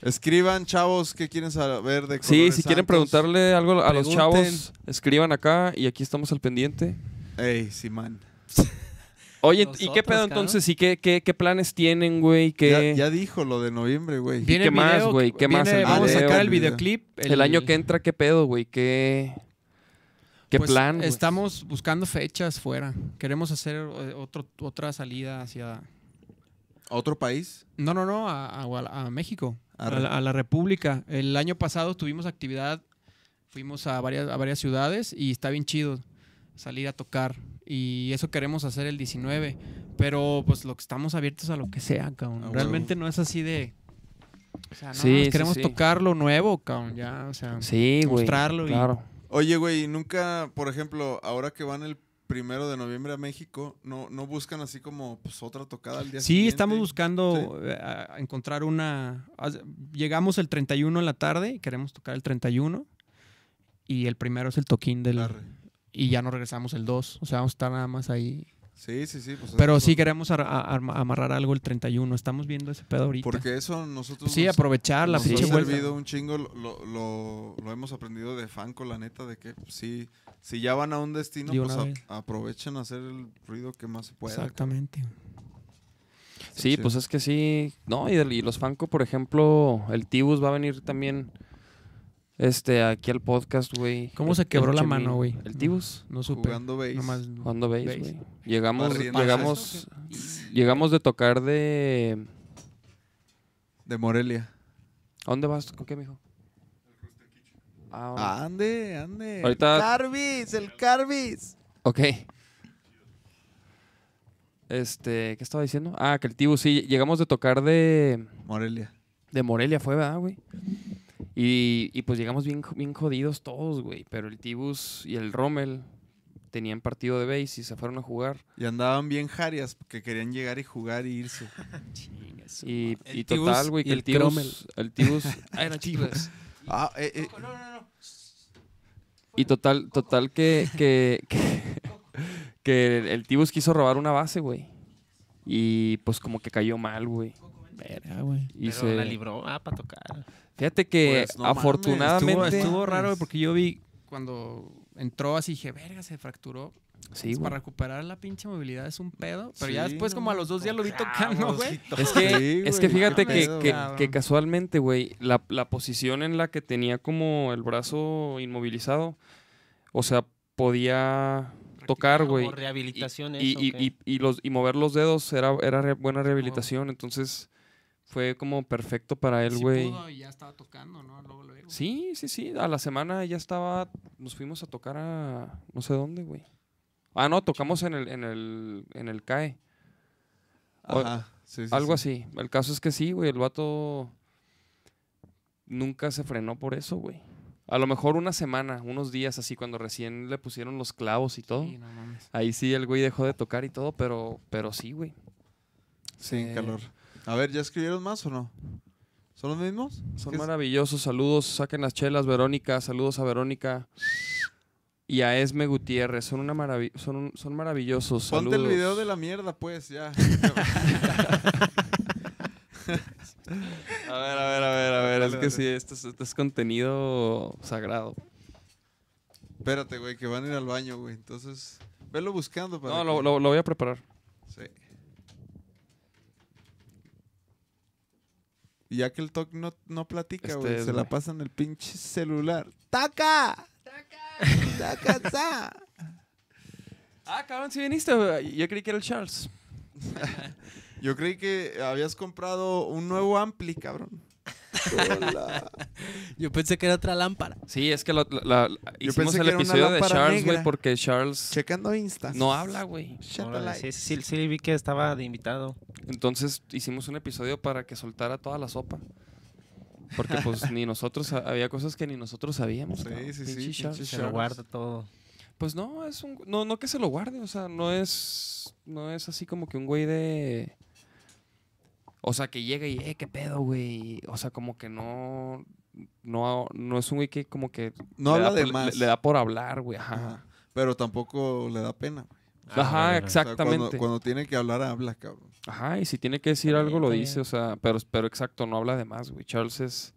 S4: Escriban, chavos, qué quieren saber de
S2: Sí,
S4: Colores
S2: si quieren
S4: Santos.
S2: preguntarle algo a los
S4: Pregunten.
S2: chavos, escriban acá y aquí estamos al pendiente.
S4: Ey, Simán.
S2: Oye, ¿y
S3: Nosotros,
S2: qué pedo
S3: cabrón.
S2: entonces? ¿Y qué, qué, qué planes tienen, güey? ¿Qué-
S4: Ya, ya dijo lo de noviembre, güey.
S2: Bien- qué más, güey? ¿Qué más?
S5: viene-
S2: El
S5: vamos a
S4: video,
S5: sacar el
S4: el video.
S5: videoclip.
S2: el, año que entra, ¿qué pedo, güey? ¿Qué, qué
S5: Pues,
S2: plan? güey?
S5: Estamos buscando fechas fuera. Queremos hacer eh, otro, otra salida hacia.
S4: ¿Otro país?
S5: No, no, no, a, a Guala- a México, a
S4: Arre.
S5: la, a la República. El año pasado tuvimos actividad, fuimos a varias, a varias ciudades y está bien chido salir a tocar. Y eso queremos hacer el 19. Pero pues lo que estamos abiertos a lo que sea, cabrón.
S4: Ah,
S5: Realmente no es así de. O sea, no,
S2: Sí,
S5: nos
S2: sí,
S5: queremos
S2: sí.
S5: tocar lo nuevo, cabrón. Ya, o sea.
S2: Sí, güey.
S5: mostrarlo y-
S2: Claro.
S4: Oye, güey, ¿y nunca, por ejemplo, ahora que van el primero de noviembre a México, no, no buscan así como pues, otra tocada al día
S5: Sí,
S4: siguiente.
S5: estamos buscando eh, a- a encontrar una... haz- Llegamos el 31 en la tarde, queremos tocar el 31 y el primero es el toquín del...
S4: Arre.
S5: Y ya no regresamos el 2, o sea, vamos a estar nada más ahí.
S4: Sí, sí, sí. Pues,
S5: Pero
S4: eso-
S5: sí queremos ar- a- arma- amarrar algo el 31, estamos viendo ese pedo ahorita. Pues
S4: Porque eso nosotros.
S5: sí,
S4: nos-
S5: aprovechar la
S4: nos
S5: pinche
S4: ha
S5: vuelta.
S4: servido un chingo, lo, lo- lo- lo hemos aprendido de Fanco, la neta, de que pues, sí, si ya van a un destino,
S5: De
S4: pues
S5: una
S4: a-
S5: vez.
S4: aprovechen a hacer el ruido que más se pueda.
S5: Exactamente.
S2: Sí,
S4: chido.
S2: pues es que sí. No, y, del- y los Fanco, por ejemplo, el Tibus va a venir también este, aquí al podcast, güey.
S5: ¿Cómo
S2: El-
S5: se quebró
S2: el
S5: la
S2: Chemín.
S5: mano, güey?
S2: El Tibus.
S5: No supe.
S4: Jugando base.
S5: Nomás-
S2: Jugando bass,
S5: Bass.
S2: güey. Llegamos,
S4: Barriendo.
S2: llegamos, llegamos de tocar de...
S4: De Morelia.
S2: ¿A dónde vas? ¿Con qué, mijo? Ah, bueno.
S4: Ande, ande.
S2: Ahorita-
S4: El Carvis, el Carvis.
S2: Ok. Este, ¿qué estaba diciendo? Ah, que el Tibus, sí, llegamos de tocar de...
S4: Morelia.
S2: De Morelia fue, ¿verdad, güey? Y, y pues llegamos bien, jo- bien jodidos todos, güey. Pero el Tibus y el Rommel tenían partido de base y se fueron a jugar.
S4: Y andaban bien jarias, que querían llegar y jugar y irse.
S2: Y,
S3: El
S2: y
S3: Tibus
S2: total, güey,
S3: y
S2: que el
S3: el
S2: Tibus...
S3: Cromel.
S2: El Tibus... Ah, era Tibus.
S4: Ah, eh, eh,
S2: Y total, total que... Que, que, que el Tibus quiso robar una base, güey. Y pues como que cayó mal, güey.
S5: Verga, güey.
S2: Y
S6: pero
S2: se-
S6: la libró, ah, para tocar.
S2: Fíjate que
S4: Pues, no mames,
S5: Estuvo,
S2: afortunadamente...
S5: estuvo raro, güey, porque yo vi cuando entró así, dije, verga, se fracturó.
S2: Sí,
S5: para
S2: güey.
S5: recuperar la pinche movilidad es un pedo. Pero
S4: Sí,
S5: ya después,
S4: no
S5: como a los dos días lo vi tocando, güey.
S2: Es que,
S4: Sí,
S2: es que
S4: güey,
S2: fíjate
S4: qué
S2: que,
S4: pedo,
S2: que-
S5: cabrón.
S2: que casualmente, güey, la, la posición en la que tenía como el brazo inmovilizado, o sea, podía tocar,
S6: Como
S2: güey.
S6: rehabilitación,
S2: Y,
S6: eso,
S2: y-
S6: ok.
S2: y- y los, y mover los dedos era, era re- buena rehabilitación, entonces fue como perfecto para él,
S5: Sí
S2: güey.
S5: pudo y ya estaba tocando, ¿no? Luego, luego.
S2: Sí, sí, sí, a la semana ya estaba, nos fuimos a tocar a no sé dónde, güey. Ah, no, tocamos en el, en el, en el CAE. O-
S4: ajá, sí, sí,
S2: Algo
S4: sí.
S2: así. El caso es que sí, güey. El vato nunca se frenó por eso, güey. A lo mejor una semana, unos días así, cuando recién le pusieron los clavos y todo.
S5: Sí, no mames.
S2: Ahí sí el güey dejó de tocar y todo, pero, pero sí, güey.
S4: Sí, en
S2: Eh,
S4: calor. A ver, ¿ya escribieron más o no? ¿Son los mismos?
S2: Son
S4: ¿Qué es?
S2: maravillosos. Saludos. Saquen las chelas, Verónica. Saludos a Verónica. Y a Esme Gutiérrez. Son, una maravi- son, un- son maravillosos.
S4: Ponte el
S2: Saludos.
S4: video de la mierda, pues, ya.
S2: A ver, a ver, a ver, a ver.
S4: Dale,
S2: Es que
S4: dale.
S2: sí, esto es- esto es contenido sagrado.
S4: Espérate, güey, que van a ir al baño, güey. Entonces, velo buscando para.
S2: No,
S4: que-
S2: lo, lo- lo voy a preparar.
S4: Sí. Y ya que el TOC no, no platica,
S2: Este
S4: güey,
S2: es,
S4: se la
S2: güey.
S4: pasa en el pinche celular. ¡Taca! ¡Taca! ¡Taca! ta!
S2: Ah, cabrón, si viniste. güey. Yo creí que era el Charles.
S4: Yo creí que habías comprado un nuevo Ampli, cabrón.
S3: Yo pensé que era otra lámpara.
S2: Sí, es que la- la- la- hicimos
S4: pensé
S2: el
S4: que era una
S2: episodio de
S4: lámpara
S2: Charles,
S4: negra.
S2: güey, porque Charles
S4: Checando Insta.
S2: no habla, güey.
S4: Shut the
S6: Órale,
S4: light.
S6: sí, sí, sí, sí, vi que estaba de invitado.
S2: Entonces hicimos un episodio para que soltara toda la sopa. Porque pues ni nosotros, sa- había cosas que ni nosotros sabíamos.
S4: Sí,
S2: cabrón.
S4: sí, sí,
S2: Pinche
S4: pinche
S2: Charles.
S6: Se
S4: Charles.
S6: lo guarda todo.
S2: Pues no, es un no no que se lo guarde, o sea, no es no es así como que un güey de o sea, que llega y eh qué pedo, güey. O sea, como que no no no es un güey que como que
S4: No
S2: le
S4: habla
S2: da
S4: de
S2: por-
S4: más.
S2: Le, le da por hablar, güey, ajá.
S4: Ajá. Pero tampoco le da pena. güey.
S6: Ah,
S2: Ajá,
S6: bueno.
S4: O sea, cuando-
S2: exactamente.
S4: cuando, tiene que hablar, habla, cabrón.
S2: Ajá, y si tiene que decir
S6: Está
S2: algo
S6: bien,
S2: lo
S6: está
S2: dice,
S6: bien.
S2: o sea, pero pero exacto, no habla de más, güey. Charles es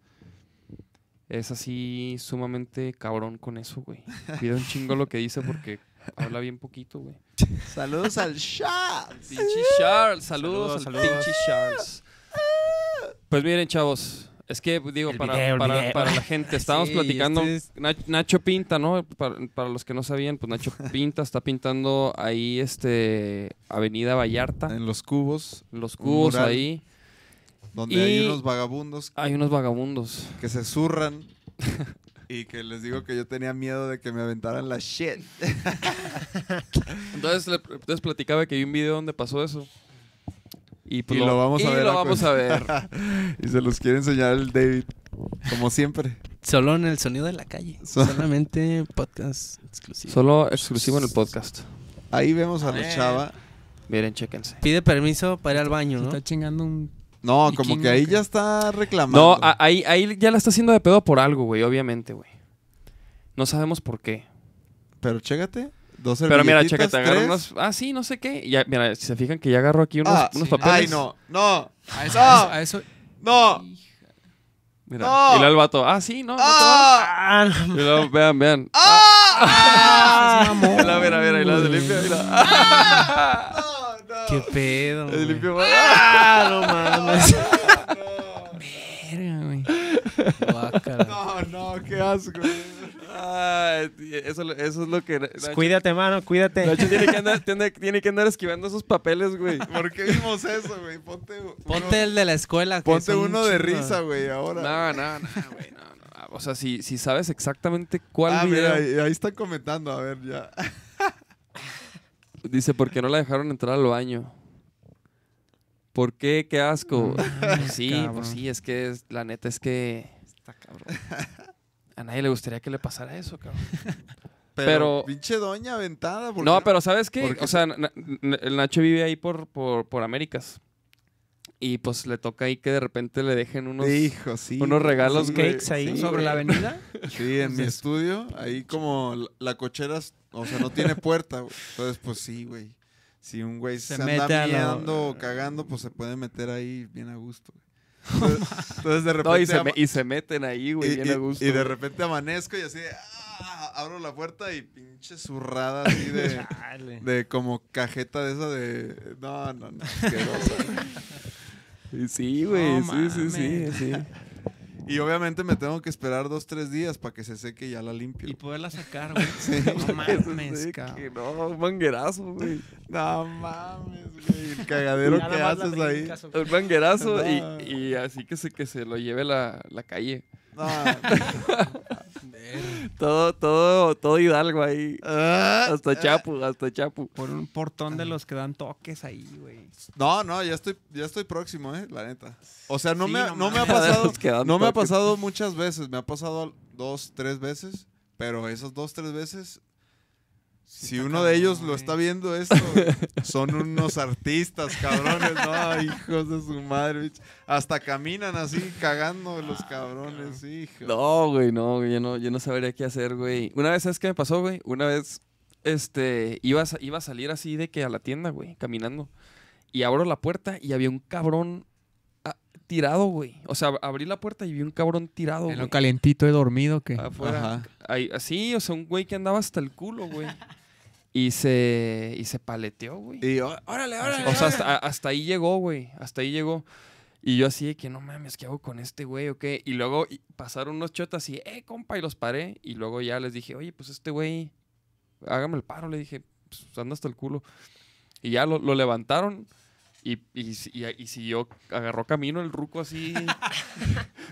S2: es así sumamente cabrón con eso, güey. Cuida un chingo lo que dice porque habla bien poquito, güey.
S4: Saludos al chat.
S2: Pinche Charles, saludos,
S6: Saludos,
S2: al
S6: saludos.
S2: pinche Charles. Pues miren, chavos, es que pues, digo,
S6: El
S2: para,
S6: video, el
S2: para-
S6: video. este
S2: para la gente, estábamos
S3: Sí,
S2: platicando,
S3: ustedes-
S2: Nach- Nacho Pinta, ¿no? Para, para los que no sabían, pues Nacho Pinta está pintando ahí, este, Avenida Vallarta,
S4: En los cubos,
S2: los
S4: un
S2: cubos
S4: mural.
S2: ahí,
S4: donde
S2: Y-
S4: hay unos vagabundos
S2: hay unos vagabundos.
S4: que se zurran y que les digo que yo tenía miedo de que me aventaran la shit.
S2: Entonces, le- entonces platicaba que vi un video donde pasó eso. Y, pues,
S4: Y lo vamos a
S2: y
S4: ver
S2: lo
S4: a
S2: vamos
S4: con-
S2: a ver.
S4: Y se los quiere enseñar el David, como siempre.
S3: Solo en el sonido de la calle.
S4: So-
S3: Solamente podcast exclusivo.
S2: Solo exclusivo en el podcast.
S4: Ahí vemos a la
S3: Eh.
S4: chava.
S2: Miren, chéquense.
S3: Pide permiso para ir al baño,
S5: Se
S3: ¿no?
S5: está chingando un...
S4: No,
S5: ¿Y
S4: como
S5: quién
S4: que
S5: no
S4: ahí
S5: cree?
S4: ya está reclamando.
S2: No, ah, a- ahí, ahí ya la está haciendo de pedo por algo, güey, obviamente, güey. No sabemos por qué.
S4: Pero chécate. Dos
S2: Pero mira,
S4: servilletitas,
S2: chécate, agarra
S4: tres.
S2: unos... Ah, sí, no sé qué. Ya, mira, si se fijan que ya agarro aquí unos,
S4: Ah,
S2: unos
S4: sí.
S2: papeles.
S4: Ay, no, no,
S5: A eso...
S4: No.
S5: A eso, a eso-
S4: no.
S2: Mira,
S4: No.
S2: y luego el vato, ah, sí, no, no te va.
S6: Ah, no.
S2: Y luego, vean, vean.
S5: Ah, seas mamón,
S2: Mira, mira, mira, y luego se
S5: güey.
S2: limpia, mira. Ah,
S6: Qué pedo.
S2: se
S6: güey.
S2: limpia,
S6: Ah, no mames.
S5: Verga, güey.
S3: Guácala.
S4: No, no, qué asco.
S2: Ah, eso, eso es lo que... Nacho,
S6: Pues Cuídate, mano, cuídate.
S2: Nacho tiene que, andar, tiene, tiene que andar esquivando esos papeles, güey.
S4: ¿Por qué vimos eso, güey? Ponte, uno-
S3: Ponte el de la escuela. que
S4: ponte
S3: son un
S4: uno de
S3: chingo.
S4: risa, güey, ahora.
S2: No, no, no, güey, no, no. O sea, si, si sabes exactamente cuál
S4: Ah,
S2: video...
S4: mira, ahí, ahí están comentando, a ver, ya.
S2: Dice, ¿por qué no la dejaron entrar al baño? ¿Por qué? ¡Qué asco! sí,
S5: cabrón.
S2: pues sí, es que es- la neta es que... A nadie le gustaría que le pasara eso, cabrón. Pero-
S4: Pinche doña aventada. ¿por
S2: No,
S4: qué?
S2: pero ¿sabes qué?
S4: por qué
S2: O sea, na- na- el Nacho vive ahí por, por, por Américas. Y pues le toca ahí que de repente le dejen unos...
S4: Hijo, sí.
S2: unos regalos,
S4: sí,
S2: güey.
S6: Cakes ahí.
S2: Sí,
S5: ¿Sobre la avenida?
S4: Sí, en mi estudio, ahí como la- la cochera, s- o sea, no tiene puerta, güey. Entonces, pues sí, güey. Si un güey se,
S5: Se mete
S4: anda
S5: a lo-
S4: miando o cagando, pues se puede meter ahí bien a gusto, güey. Entonces, entonces, de repente...
S2: No, y se,
S4: ama-
S2: me- y se meten ahí, güey,
S4: y-
S2: bien
S4: y-
S2: a gusto.
S4: y de
S2: güey.
S4: repente amanezco y así, ah, abro la puerta y pinche zurrada así de,
S6: Chale.
S4: de como cajeta de esa de... No, no, no. asqueroso, güey.
S2: Y Sí, güey, sí,
S5: No
S2: sí, sí,
S5: mames.
S2: sí.
S4: Y obviamente me tengo que esperar dos, tres días para que se seque y ya la limpio.
S5: Y poderla sacar, güey.
S2: Eso
S5: No mames,
S2: sí,
S5: cabrón.
S2: que no, un manguerazo, güey.
S4: No mames, güey. El cagadero
S6: Ya
S4: que
S6: nomás la
S4: haces ahí.
S6: brincas, ok.
S2: El manguerazo
S4: No.
S2: y, y así que se, que se lo lleve la, la calle.
S4: No.
S2: Todo, todo, todo Hidalgo ahí.
S4: Ah.
S2: Hasta Chapu, hasta Chapu.
S5: Por un portón de los que dan toques ahí, güey.
S4: No, no, ya estoy, ya estoy próximo, eh, la neta. O sea, no,
S5: Sí,
S4: me, ha-
S5: no
S4: no me ha
S2: mames.
S4: pasado.
S2: Nos quedan
S4: No me ha
S2: toques.
S4: pasado muchas veces. Me ha pasado dos, tres veces. Pero esas dos, tres veces. Si
S5: está
S4: uno de ellos
S5: cabrón,
S4: lo
S5: eh.
S4: está viendo esto, son unos artistas, cabrones, no, hijos de su madre, bitch. hasta caminan así cagando los cabrones, hijo.
S2: No, güey, no, güey, yo no, yo no sabría qué hacer, güey. Una vez, ¿sabes qué me pasó, güey? Una vez, este, iba a, sa- iba a salir así de que a la tienda, güey, caminando. Y abro la puerta y había un cabrón ah, tirado, güey. O sea, ab- abrí la puerta y vi un cabrón tirado, Oh,
S5: En
S2: güey.
S5: lo calientito y dormido, que.
S2: Afuera.
S4: Ajá.
S2: Ahí, así, o sea, un güey que andaba hasta el culo, güey. Y se, y se paleteó, güey.
S4: Y ó- órale,
S5: ah,
S4: órale.
S2: O sea,
S4: órale.
S2: hasta, a- hasta ahí llegó, güey. Hasta ahí llegó. Y yo así de que, no mames, ¿qué hago con este güey o qué? Y luego y- pasaron unos chotas y, eh, compa, y los paré. Y luego ya les dije, oye, pues este güey, hágame el paro. Le dije, pues anda hasta el culo. Y ya lo, lo levantaron. Y, y, y, y siguió, agarró camino el ruco así.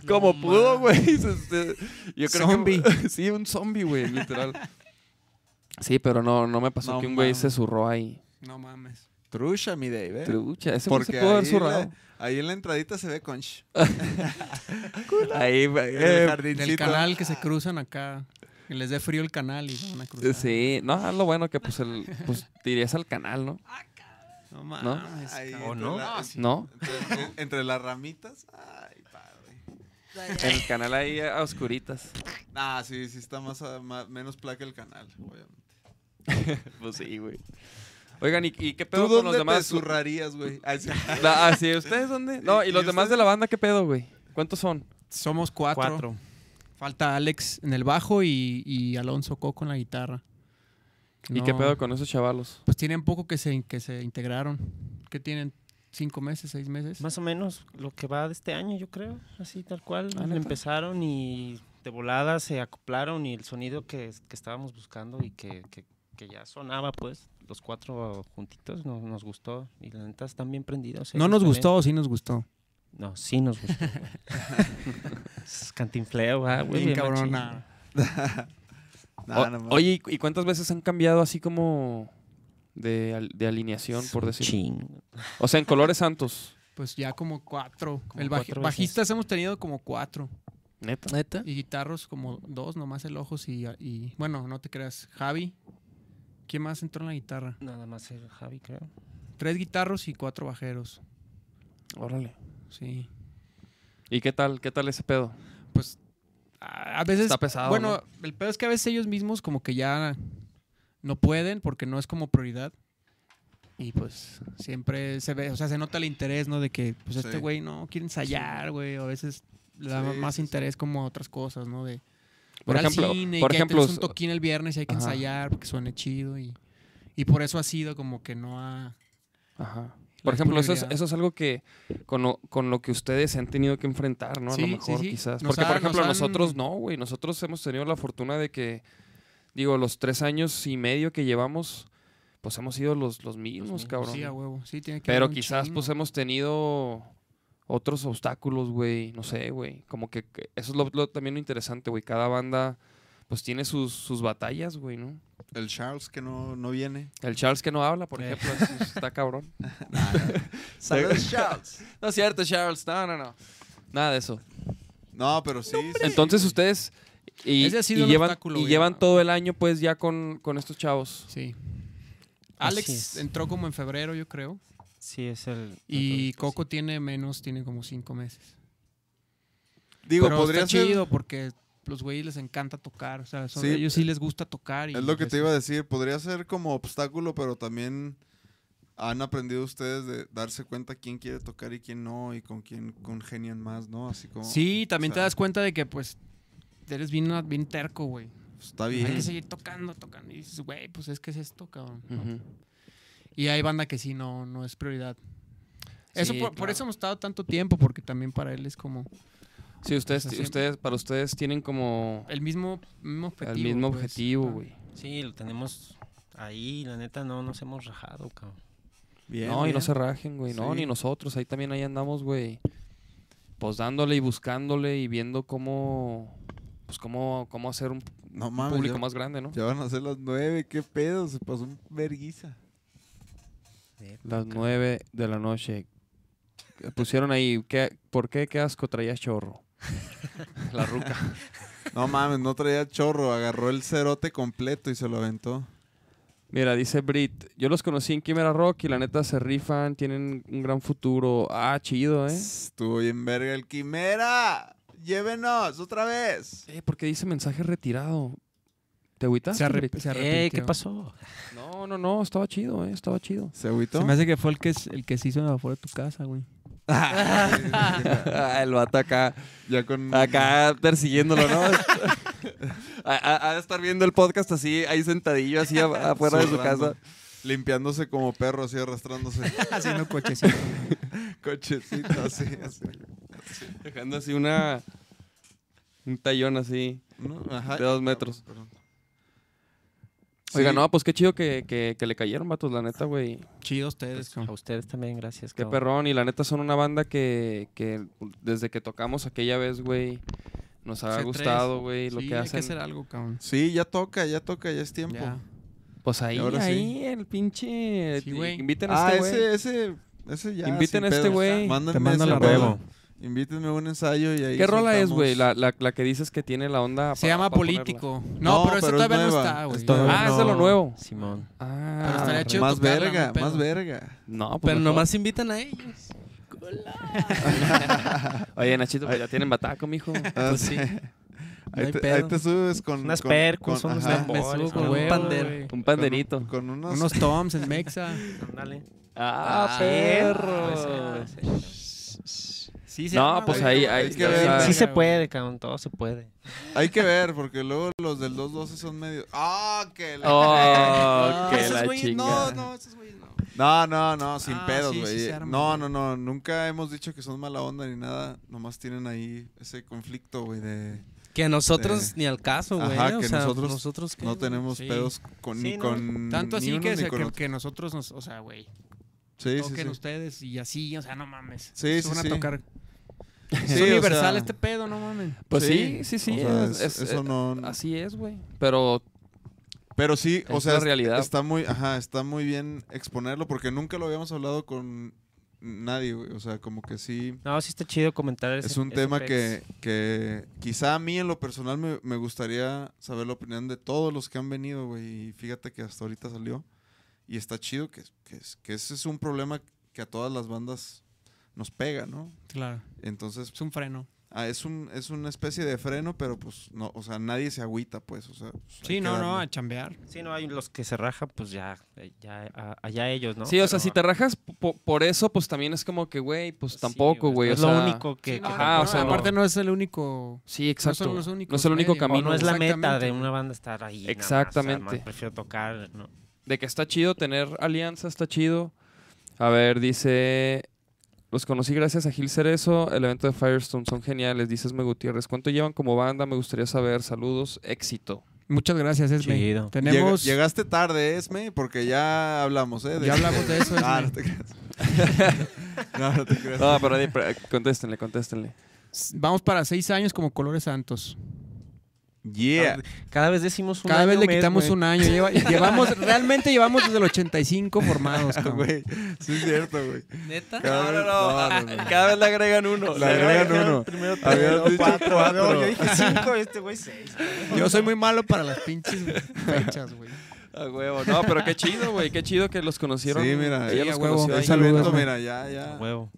S2: como pudo, güey. Se- se- Yo creo
S5: Zombie.
S2: Que, sí, un zombie, güey, literal. Sí, pero no, no me pasó
S5: No
S2: que un güey
S5: mames.
S2: se zurró ahí.
S5: No mames.
S4: Trucha, mi Dave. ¿eh?
S2: Trucha, ese güey se
S4: Porque
S2: pudo haber
S4: ahí,
S2: zurrado.
S4: la- ahí en la entradita se ve conch.
S2: Ahí,
S4: En
S2: eh,
S4: el
S5: Del
S4: jardincito.
S5: canal que se cruzan acá. Que les dé frío el canal y van a
S4: pues,
S5: cruzar.
S2: Sí, no, lo bueno que pues, el, pues te irías al canal, ¿no?
S5: No mames.
S4: Ahí
S5: cabrón.
S4: entre
S6: ¿O no?
S4: la-
S5: Ah, sí.
S2: ¿No?
S4: entre, en- entre las ramitas. Ay, padre.
S2: El canal ahí a oscuritas.
S4: Ah, sí, sí está más, a- más- menos placa el canal, obviamente.
S2: Pues sí, güey. Oigan, ¿y, y qué
S4: ¿Tú
S2: pedo con los
S4: dónde te
S2: demás?
S4: zurrarías, güey? Ay, sí.
S2: La- ah, sí, ¿ustedes dónde? No,
S4: ¿Y-
S2: ¿y los
S4: y
S2: demás de
S4: ustedes?
S2: la banda qué pedo, güey? ¿Cuántos son?
S5: Somos cuatro.
S6: Cuatro.
S5: Falta Alex en el bajo y, y Alonso Coco en la guitarra.
S2: ¿Y qué
S5: No,
S2: pedo con esos chavalos?
S5: Pues tienen poco que se, que se integraron. ¿Qué tienen? ¿Cinco meses? ¿Seis meses?
S6: Más o menos lo que va de este año, yo creo, así tal cual.
S2: Ah, ¿neta?
S6: Empezaron y de volada se acoplaron y el sonido que, que estábamos buscando y que, que- que ya sonaba, pues, los cuatro juntitos no- nos gustó. Y la neta están bien prendidos.
S5: No nos
S6: ellos también.
S5: gustó, o sí nos gustó.
S6: No, sí nos gustó. güey. Es Cantinfleo, ah, güey.
S5: Bien,
S6: machín.
S5: cabrón. ah.
S4: Nah,
S2: O-
S4: no mames.
S2: oye, ¿y, y cuántas veces han cambiado así como de, al- de alineación, por decir?
S6: Chin.
S2: O sea, en colores santos.
S5: Pues ya como cuatro.
S6: Como
S5: el baji-
S6: cuatro veces.
S5: bajistas hemos tenido como cuatro.
S2: Neta.
S3: ¿Neta?
S5: Y guitarros como dos, nomás el ojos y, y- bueno, no te creas. Javi. ¿Quién más entró en la guitarra?
S6: Nada más el Javi, creo.
S5: Tres guitarros y cuatro bajeros.
S2: Órale.
S5: Sí.
S2: ¿Y qué tal? ¿Qué tal ese pedo?
S5: Pues a a veces.
S2: Está pesado,
S5: Bueno, el pedo es que a veces ellos mismos como que ya no pueden porque no es como prioridad. Y pues siempre se ve, o sea, se nota el interés, ¿no? De que pues
S4: Sí.
S5: este güey no quiere ensayar, güey. O a veces le da
S4: Sí,
S5: más
S4: sí, sí.
S5: interés como a otras cosas, ¿no? De
S2: Por
S5: ver al
S2: ejemplo,
S5: cine y
S2: por
S5: que ahí
S2: ejemplo,
S5: tenemos un toquín el viernes y hay que
S2: Ajá.
S5: ensayar porque suene chido y, y por eso ha sido como que no ha...
S2: Ajá. Por
S5: La
S2: ejemplo, eso es,
S5: prioridad.
S2: eso es algo que con lo, con lo que ustedes se han tenido que enfrentar, ¿no? A lo
S5: Sí, sí,
S2: mejor,
S5: sí.
S2: quizás.
S5: Nos
S2: Porque, por
S5: han- nos
S2: ejemplo,
S5: han-
S2: nosotros no, güey. Nosotros hemos tenido la fortuna de que, digo, los tres años y medio que llevamos, pues hemos sido los, los mismos,
S6: mismos,
S2: cabrón.
S5: pues Sí, a huevo. Sí, tiene que haber
S2: Pero
S5: un
S2: quizás,
S5: chingo.
S2: pues hemos tenido otros obstáculos, güey. No sé, güey. Como que que eso es lo, lo- también lo interesante, güey. Cada banda, pues tiene sus, sus batallas, güey, ¿no?
S4: El Charles que no, no viene.
S2: El Charles que no habla, por
S5: Eh.
S2: ejemplo, eso está cabrón.
S4: Saludos, Charles.
S2: No es cierto, Charles. No, no, no. Nada de eso.
S4: No, pero sí. sí.
S2: Entonces ustedes y,
S5: Ese ha sido
S2: y
S5: un
S2: llevan,
S5: obstáculo,
S2: y
S5: güey.
S2: llevan todo el año pues ya con, con estos chavos.
S5: Sí.
S6: Así
S5: Alex
S6: es.
S5: entró como en febrero, yo creo.
S2: Ah,
S6: Sí, es el.
S2: pues,
S5: Y
S6: el-
S5: Coco tiene menos, tiene como cinco meses.
S4: Digo,
S5: Pero
S4: podría
S5: está
S4: ser.
S5: chido porque los güeyes les encanta tocar. O sea, son-
S4: Sí. eh,
S5: ellos sí les gusta tocar. Y pues
S4: Es lo que te
S5: les-
S4: iba a decir. Podría ser como obstáculo, pero también han aprendido ustedes de darse cuenta quién quiere tocar y quién no y con quién congenian más, ¿no? Así como.
S5: Sí, también
S4: o
S5: te
S4: sea,
S5: das cuenta de que, pues, eres bien, bien terco, güey.
S4: pues, Está
S5: Hay que
S4: bien.
S5: seguir tocando, tocando. Y dices, güey, pues es que es esto, cabrón. ¿no?
S2: Ujú.
S5: Y hay banda que sí, no, no es prioridad. Eso
S2: Sí,
S5: por, por
S2: claro.
S5: eso hemos estado tanto tiempo, porque también para él es como
S2: Sí, ustedes,
S5: Así.
S2: ustedes, para ustedes tienen como
S5: el mismo, mismo objetivo.
S2: el mismo
S5: pues.
S2: objetivo,
S5: Ah.
S2: güey.
S6: Sí, lo tenemos ahí. La neta, no nos hemos rajado, cabrón.
S4: Bien,
S2: no, y no
S4: bien.
S2: se rajen, güey. No,
S4: Sí.
S2: ni nosotros. Ahí también ahí andamos, güey. Pues dándole y buscándole y viendo cómo, pues cómo, cómo hacer un
S4: No
S5: Ah,
S4: mames.
S2: público
S4: ya,
S2: más grande, ¿no?
S4: ya van a ser las nueve. ¿Qué pedo? Se pasó un verguiza.
S2: Las nueve de la noche. Pusieron ahí, ¿qué, ¿por qué qué asco traías chorro? la ruca.
S4: No mames, no traía chorro. Agarró el cerote completo y se lo aventó.
S2: Mira, dice Brit, yo los conocí en Quimera Rock y la neta se rifan, tienen un gran futuro. Ah, chido, ¿eh?
S4: Estuvo bien verga el quimera. Llévenos otra vez.
S2: Eh, porque dice mensaje retirado. ¿Te agüitas?
S5: Se, arrep- se
S6: Eh, ¿qué
S5: arrepintió.
S6: pasó?
S2: No, no, no, estaba chido, ¿eh? Estaba chido.
S4: ¿Se agüitó?
S5: Se me hace que fue el que, el que se hizo afuera de tu casa, güey.
S2: Ah, el vato acá,
S4: ya con.
S2: acá persiguiéndolo, ¿no? Ha- Ha ha de estar viendo el podcast así, ahí sentadillo, así a- afuera de su
S4: Zurrando.
S2: casa.
S4: Limpiándose como perro, así arrastrándose.
S5: Haciendo cochecito.
S4: Cochecito, así, así.
S2: Dejando así una... Un tallón así.
S4: No, ajá.
S2: De dos metros.
S4: Perdón.
S2: Oiga,
S4: Sí.
S2: no, pues qué chido que, que- que le cayeron, vatos, la neta, güey.
S5: Chido
S2: Pues,
S3: Pues
S5: ustedes.
S6: A ustedes también, gracias.
S2: Qué
S6: cabrón.
S2: perrón, y la neta son una banda que, que desde que tocamos aquella vez, güey, nos ha
S5: C3.
S2: gustado, güey, lo
S5: E Sí,
S2: que
S5: hay que
S2: hacen.
S5: hacer algo, cabrón.
S4: Sí, ya toca, ya toca, ya es tiempo.
S5: Ya.
S2: Pues ahí,
S4: Y ahora sí.
S2: ahí, el pinche.
S5: Sí, güey.
S2: Inviten a
S4: Ah,
S2: este güey.
S4: ese, ese, ese ya.
S2: Inviten
S4: sin
S2: a este
S4: pedos.
S2: güey.
S4: Mándenme
S3: Te mando
S4: ese
S3: la
S4: pedo.
S3: huevo.
S4: Invítenme a un ensayo y ahí.
S2: ¿Qué rola es,
S4: soltamos.
S2: güey? La, la, la que dices que tiene la onda. pa-
S5: Se llama
S2: pa ponerla.
S5: Político. No,
S4: No,
S5: pero, eso
S4: pero es
S5: todavía no
S4: nueva.
S5: está, güey.
S4: Es
S2: Ah, es de lo nuevo.
S6: Simón.
S2: Ah,
S5: Pero estaría chido
S4: Más
S5: tocarla,
S4: verga,
S5: no hay
S4: más
S5: pedo.
S4: verga.
S2: No, pues
S3: Pero
S2: mejor.
S3: nomás invitan a ellos.
S2: Oye, Nachito, pues ya tienen bataco, mijo.
S4: Ah,
S3: Pues
S4: sí.
S3: sí.
S4: Ahí,
S3: hay
S4: te,
S3: pedo.
S4: ahí te subes con.
S6: Unas
S4: con-
S6: percus,
S4: con-
S6: unos
S4: ajá,
S5: Me
S6: tambores,
S5: subo
S6: unos-
S5: con
S3: Un
S5: huevo,
S3: pandero.
S5: güey.
S2: Un panderito.
S4: Con, con unos.
S5: Unos toms en Mexa.
S6: Ándale.
S2: Ah,
S6: Puede
S2: perro.
S6: ser, puede ser.
S5: Sí, se
S2: No,
S5: llama,
S2: pues
S5: güey.
S2: ahí,
S4: Hay
S2: ahí
S4: que
S2: o
S4: ver.
S2: sea,
S4: Ah,
S6: Sí se
S5: güey.
S6: puede, cabrón, todo se puede.
S4: Hay que ver, porque luego los del 212 son medio. ¡Ah, que la-
S2: Oh, que
S5: esos
S2: la
S5: güeyes-
S2: chingada.
S5: No, no, esos güeyes no.
S4: No, no, no, sin
S5: Ah,
S4: pedos,
S5: sí, sí
S4: güey.
S5: se arma,
S4: no,
S5: güey.
S4: no, no, nunca hemos dicho que son mala onda ni nada. Nomás tienen ahí ese conflicto, güey, de
S3: Que a nosotros
S4: Este,
S3: ni al caso, güey. ¿eh?
S4: ajá,
S3: o
S4: que
S3: sea,
S4: nosotros
S3: nosotros, qué,
S4: no
S3: güey?
S4: tenemos
S5: sí.
S4: pedos con,
S6: Sí,
S4: ni
S6: no.
S4: con
S5: Tanto así
S4: ni
S5: que,
S4: unos ni
S5: se-
S4: con
S5: que,
S4: otros.
S5: que nosotros nos. O sea, güey.
S4: Sí, sí,
S5: toquen
S4: sí.
S5: ustedes y así, o sea, no mames.
S4: Sí,
S5: Se
S4: sí,
S5: van
S4: sí.
S5: a tocar.
S4: Sí,
S5: es
S4: o
S5: universal
S4: sea,
S5: este pedo, no mames.
S2: Pues sí, sí, sí.
S4: o sea,
S2: es-
S4: es-
S2: es-
S4: eso no.
S2: Así es, güey. Pero
S4: Pero sí, o
S2: es
S4: sea,
S2: la
S4: es-
S2: realidad.
S4: está muy, ajá, está muy bien exponerlo porque nunca lo habíamos hablado con nadie, güey. O sea, como que sí.
S6: No, sí está chido comentar ese
S4: Es un
S6: ese
S4: tema
S6: pex.
S4: que, que quizá a mí en lo personal me, me gustaría saber la opinión de todos los que han venido, güey. Y fíjate que hasta ahorita salió. Y está chido que, que, es- que ese es un problema que a todas las bandas nos pega, ¿no?
S5: Claro.
S4: Entonces,
S5: Es un freno.
S4: ah, es, un, es una especie de freno, pero pues no, o sea, nadie se agüita, pues, o sea. pues, hay
S5: Sí,
S4: que
S5: no, no, ah,
S4: darle.
S5: a chambear.
S6: Sí, no, hay los que se rajan, pues ya, eh, ya a- allá ellos, ¿no?
S2: sí, o sea,
S6: Pero-
S2: si te rajas po- por eso, pues también es como que, güey, pues
S6: Sí,
S2: tampoco, güey.
S6: no
S2: o
S6: Es
S2: sea,
S6: lo único que...
S5: Sí, no,
S6: que-
S2: ajá,
S5: no,
S2: o sea,
S5: aparte no es el único.
S2: Sí, exacto.
S5: los
S2: no
S5: únicos
S2: es el único
S5: medios.
S2: camino.
S6: o no es la meta
S5: exactamente.
S6: de una banda estar ahí. nada más,
S2: Exactamente.
S6: o sea, no, prefiero tocar, ¿no?
S2: De que está chido tener alianza, está chido. A ver, dice. Los conocí gracias a Gil Cerezo, el evento de Firestone, son geniales. Dice Esme Gutiérrez, ¿cuánto llevan como banda? Me gustaría saber. Saludos, éxito.
S5: Muchas gracias, Esme.
S4: Llega-
S6: Chido.
S5: Tenemos.
S4: llegaste tarde, ¿eh, Esme, porque ya hablamos, ¿eh?
S5: Ya hablamos de eso,
S4: Ah,
S5: Esme.
S4: no te creas. no, no te creas.
S2: No, pero, pero, contéstenle, contéstenle.
S5: s- Vamos para seis años como Colores Santos.
S4: Yeah.
S5: Ah,
S6: Cada vez decimos un
S5: Cada vez
S6: año
S5: le
S6: mes,
S5: quitamos
S6: güey.
S5: un año. Lleva- llevamos, realmente llevamos desde el 85 formados, cabrón.
S4: Güey, sí es cierto, güey.
S3: ¿Neta?
S4: Cada vez- no, no, no.
S2: Cada vez le agregan uno.
S4: Le agregan uno.
S6: Primero tres,
S4: Habías
S6: luego
S4: dicho
S6: cuatro,
S4: cuatro. ah,
S6: luego yo dije cinco, este güey seis.
S5: Yo soy muy malo para las pinches fechas, güey.
S2: A huevo. No, pero qué chido, güey. Qué chido que los conocieron.
S4: Sí, mira,
S2: Ella
S5: sí,
S2: los
S5: a huevo.
S2: conoció ahí.
S4: Ese evento,
S5: Saludos,
S4: mira, ya, ya,
S6: Huevo.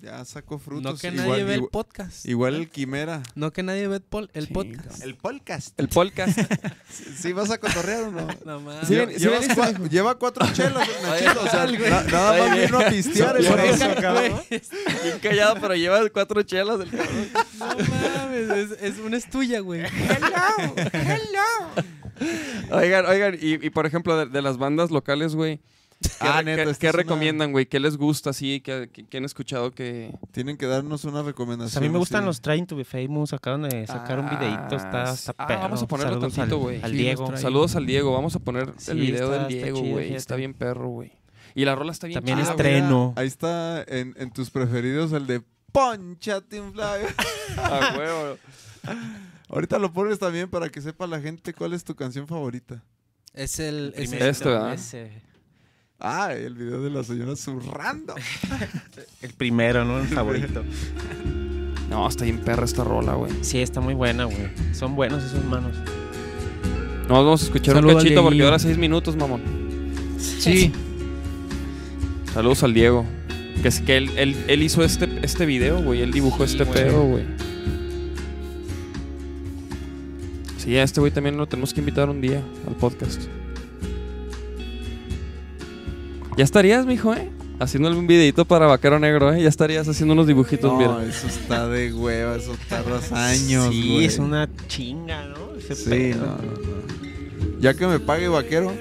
S4: ya sacó frutos.
S3: No que nadie ve el podcast.
S4: igual el Quimera.
S3: No que nadie ve el, pol- el
S5: Sí,
S3: podcast.
S4: El podcast.
S2: El podcast.
S4: ¿Sí vas a cotorrear o no?
S3: No mames.
S2: Sí,
S4: Lle-
S2: ven- sí
S4: llevas
S2: veniste,
S4: cua- lleva cuatro chelas, Nachito. O sea, na- nada
S2: Oye,
S4: más
S2: güey.
S4: vino a pistear el
S2: Por
S4: cabrón.
S2: eso, Bien callado, pero lleva cuatro chelas del cabrón.
S3: No mames, es, es una es tuya, güey.
S2: Oigan, oigan, y, y por ejemplo, de, de las bandas locales, güey. ¿Qué,
S4: Ah,
S2: re-
S4: neta,
S2: qué-
S4: esta
S2: qué
S4: es una-
S2: recomiendan, güey? ¿Qué les gusta así? ¿Qué, qué- qué han escuchado que...?
S4: Tienen que darnos una
S6: O
S4: recomendación.
S6: sea, a mí me gustan
S4: así.
S6: los Trying to be Famous. Acaban de sacar un videito. Está, está
S2: Ah,
S6: perro.
S2: vamos a ponerlo
S6: Saludos
S2: tantito,
S6: al-
S2: güey.
S6: Al
S5: Sí,
S6: Diego.
S5: los Trying.
S2: Saludos al Diego. Vamos a poner
S6: Sí,
S2: el video
S6: está-
S2: del
S6: está
S2: Diego,
S6: chido,
S2: güey.
S6: fíjate.
S2: Está bien perro, güey. Y la rola está bien
S6: También
S2: chida,
S4: Ah,
S2: güey.
S6: estreno.
S4: mira, ahí está en, en tus preferidos el de Ponchate un Flavio.
S2: Ah, huevo.
S4: Ahorita lo pones también para que sepa la gente cuál es tu canción favorita.
S3: Es el. Es
S6: Primero,
S3: el
S2: Este, ¿verdad?
S6: ese.
S4: Ah, el video de la señora zurrando.
S6: El primero, ¿no? El favorito.
S2: No, está bien perra esta rola, güey.
S6: Sí, está muy buena, güey. Son buenos esos manos.
S2: Nos vamos a escuchar
S5: Saludo
S2: un
S5: al
S2: cachito porque
S5: Dieguillo.
S2: ahora seis minutos, mamón.
S5: Sí,
S2: Saludos al Diego. Que es que él, él- él hizo este, este video, güey. Él dibujó
S6: Sí,
S2: este
S6: güey.
S2: pedo, güey. Sí, a este güey también lo tenemos que invitar un día al podcast. Ya estarías, mijo, ¿eh? Haciendo un videito para Vaquero Negro, ¿eh? Ya estarías haciendo unos dibujitos,
S4: No, eh.
S2: mira.
S4: eso está de hueva, eso tardas años,
S6: Sí,
S4: güey.
S6: es una chinga, ¿no? Ese
S4: Sí,
S6: pedo.
S4: no, no, no. Ya que me pague vaquero.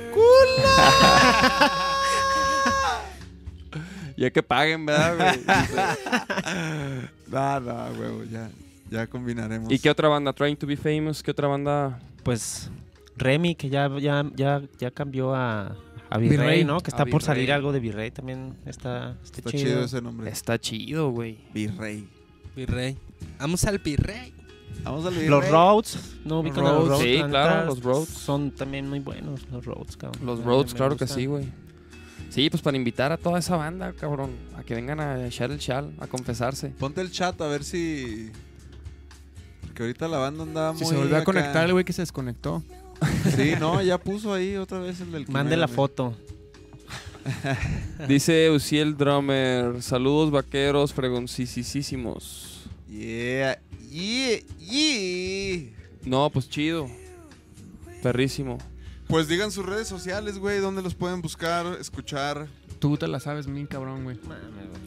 S2: Ya que paguen, ¿verdad, güey?
S4: No, no, huevo, ya. Ya combinaremos.
S2: ¿Y qué otra banda? Trying to be famous. ¿Qué otra banda?
S6: Pues Remy, que ya, ya, ya, ya cambió a, a Virrey,
S2: Virrey,
S6: ¿no? Que
S2: a
S6: está por salir
S2: Virrey.
S6: algo de Virrey también. Está, está,
S4: Está
S6: chido.
S4: chido. ese nombre.
S2: Está chido, güey.
S4: Virrey.
S3: Virrey. Vamos al Virrey.
S4: Vamos a leer.
S6: Los Roads, no ubican a los
S2: Rhodes,
S6: Roads.
S2: sí,
S6: la neta,
S2: claro, los Rhodes.
S6: Son también muy buenos los Roads, cabrón.
S2: Los
S6: Me-
S2: Roads,
S6: me
S2: claro que
S6: gusta.
S2: sí, güey. Ah, Sí, pues para invitar a toda esa banda, cabrón, a que vengan a echar el chal, a confesarse.
S4: Ponte el chat a ver si. Porque ahorita la banda andaba
S5: Si
S4: muy.
S5: se volvió a
S4: acá.
S5: conectar el güey que se desconectó.
S4: Sí, no, ya puso ahí otra vez el del.
S6: Mande
S4: Quimera,
S6: la
S4: güey.
S6: foto.
S2: Dice Uciel Drummer, saludos vaqueros fregoncisísimos.
S4: Yeah. Yeah. Yeah.
S2: No, pues chido. Perrísimo.
S4: Pues digan sus redes sociales, güey, dónde los pueden buscar, escuchar.
S5: Tú te la sabes, mi cabrón, güey.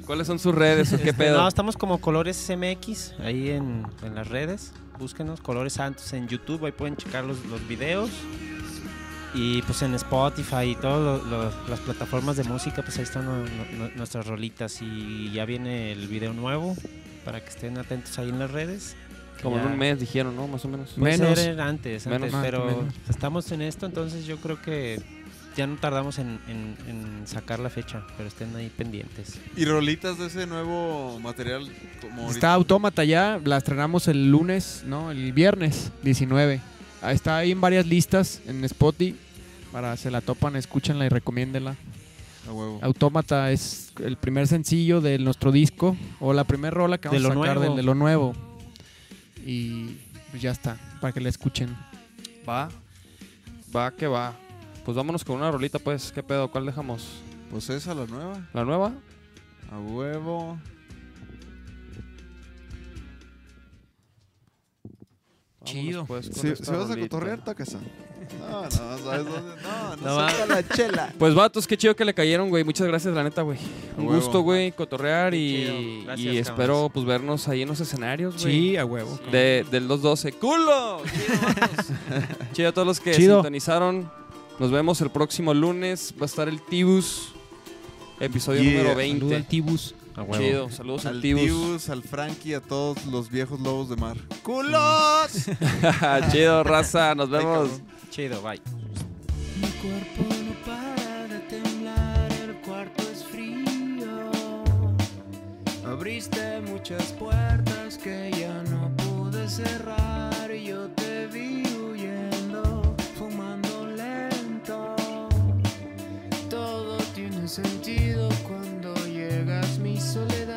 S2: ¿Cuáles son sus redes o qué
S6: Este, No,
S2: pedo?
S6: estamos como Colores MX ahí en, en las redes. Búsquenos Colores Santos en YouTube, ahí pueden checar los, los videos. Y pues en Spotify y todas las plataformas de música, pues ahí están nu- nu- nuestras rolitas. Y ya viene el video nuevo para que estén atentos ahí en las redes. que
S2: Como en
S6: ya-
S2: un mes dijeron, ¿no? Más o menos.
S6: Puede
S5: Menos.
S6: ser antes,
S2: Menos.
S6: antes,
S5: Ah,
S6: pero
S5: menos.
S6: estamos en esto, entonces yo creo que ya no tardamos en, en- en sacar la fecha, pero estén ahí pendientes.
S4: Y rolitas de ese nuevo material como ahorita.
S5: Está Autómata ya, la estrenamos el lunes, no, el viernes 19. Ah, Está ahí en varias listas en Spotify. Para se la topan, escúchenla y recomiéndenla.
S4: A huevo.
S5: Autómata es el primer sencillo de nuestro disco o la primera rola que
S6: De
S5: vamos a
S6: lo
S5: sacar
S6: nuevo.
S5: del- de, lo nuevo. Y pues ya está, para que la escuchen.
S2: Va. Va que va. Pues vámonos con una rolita, pues. ¿Qué pedo? ¿Cuál dejamos?
S4: Pues esa la nueva.
S2: ¿La nueva?
S4: A huevo.
S5: Chido.
S2: Vámonos, pues, con
S4: Si,
S2: esta
S4: vas a
S2: rolita.
S4: cotorrear, tócasa. No, no, sabes dónde. No,
S6: No
S4: no,
S6: va.
S4: suelta la chela.
S2: Pues vatos, qué chido que le cayeron, güey. Muchas gracias, la neta, güey. Un
S4: huevo.
S2: gusto, güey, cotorrear
S6: Qué
S2: y,
S6: chido. Gracias,
S2: y
S6: cabrones.
S2: espero pues vernos ahí en los escenarios, güey.
S5: a huevo.
S2: De, del 212. ¡Culo! Chido, vatos. chido a todos los que
S5: Chido.
S2: sintonizaron. Nos vemos el próximo lunes. Va a estar el Tibus. Episodio
S4: Yeah.
S2: número
S5: Saluda
S2: 20.
S5: al Tibus.
S6: A huevo.
S2: Chido. Saludos al
S4: Al
S2: Tibus.
S4: Tibus, al Frankie, a todos los viejos lobos de mar. ¡Culos!
S2: chido, raza. Nos vemos.
S6: Chido, bye.
S7: Mi cuerpo no para de temblar, el cuarto es frío. Abriste muchas puertas que ya no pude cerrar y yo te vi huyendo, fumando lento. Todo tiene sentido cuando llegas mi soledad.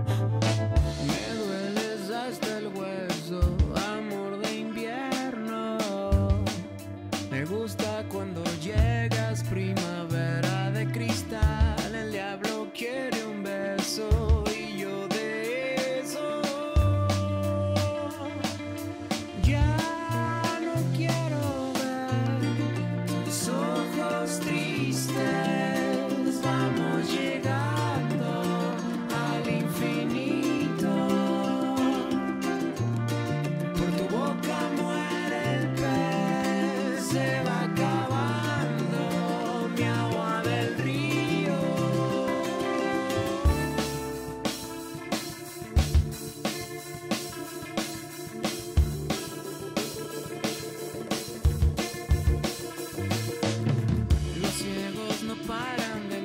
S7: Me dueles hasta el hueso, amor de invierno. Me gusta cuando llegas, primavera de cristal. El diablo quiere un beso y yo de eso. Ya no quiero ver tus ojos tristes. Vamos llegando al infinito. Por tu boca muere el pez, se va acabando mi agua del río. Los ciegos no paran de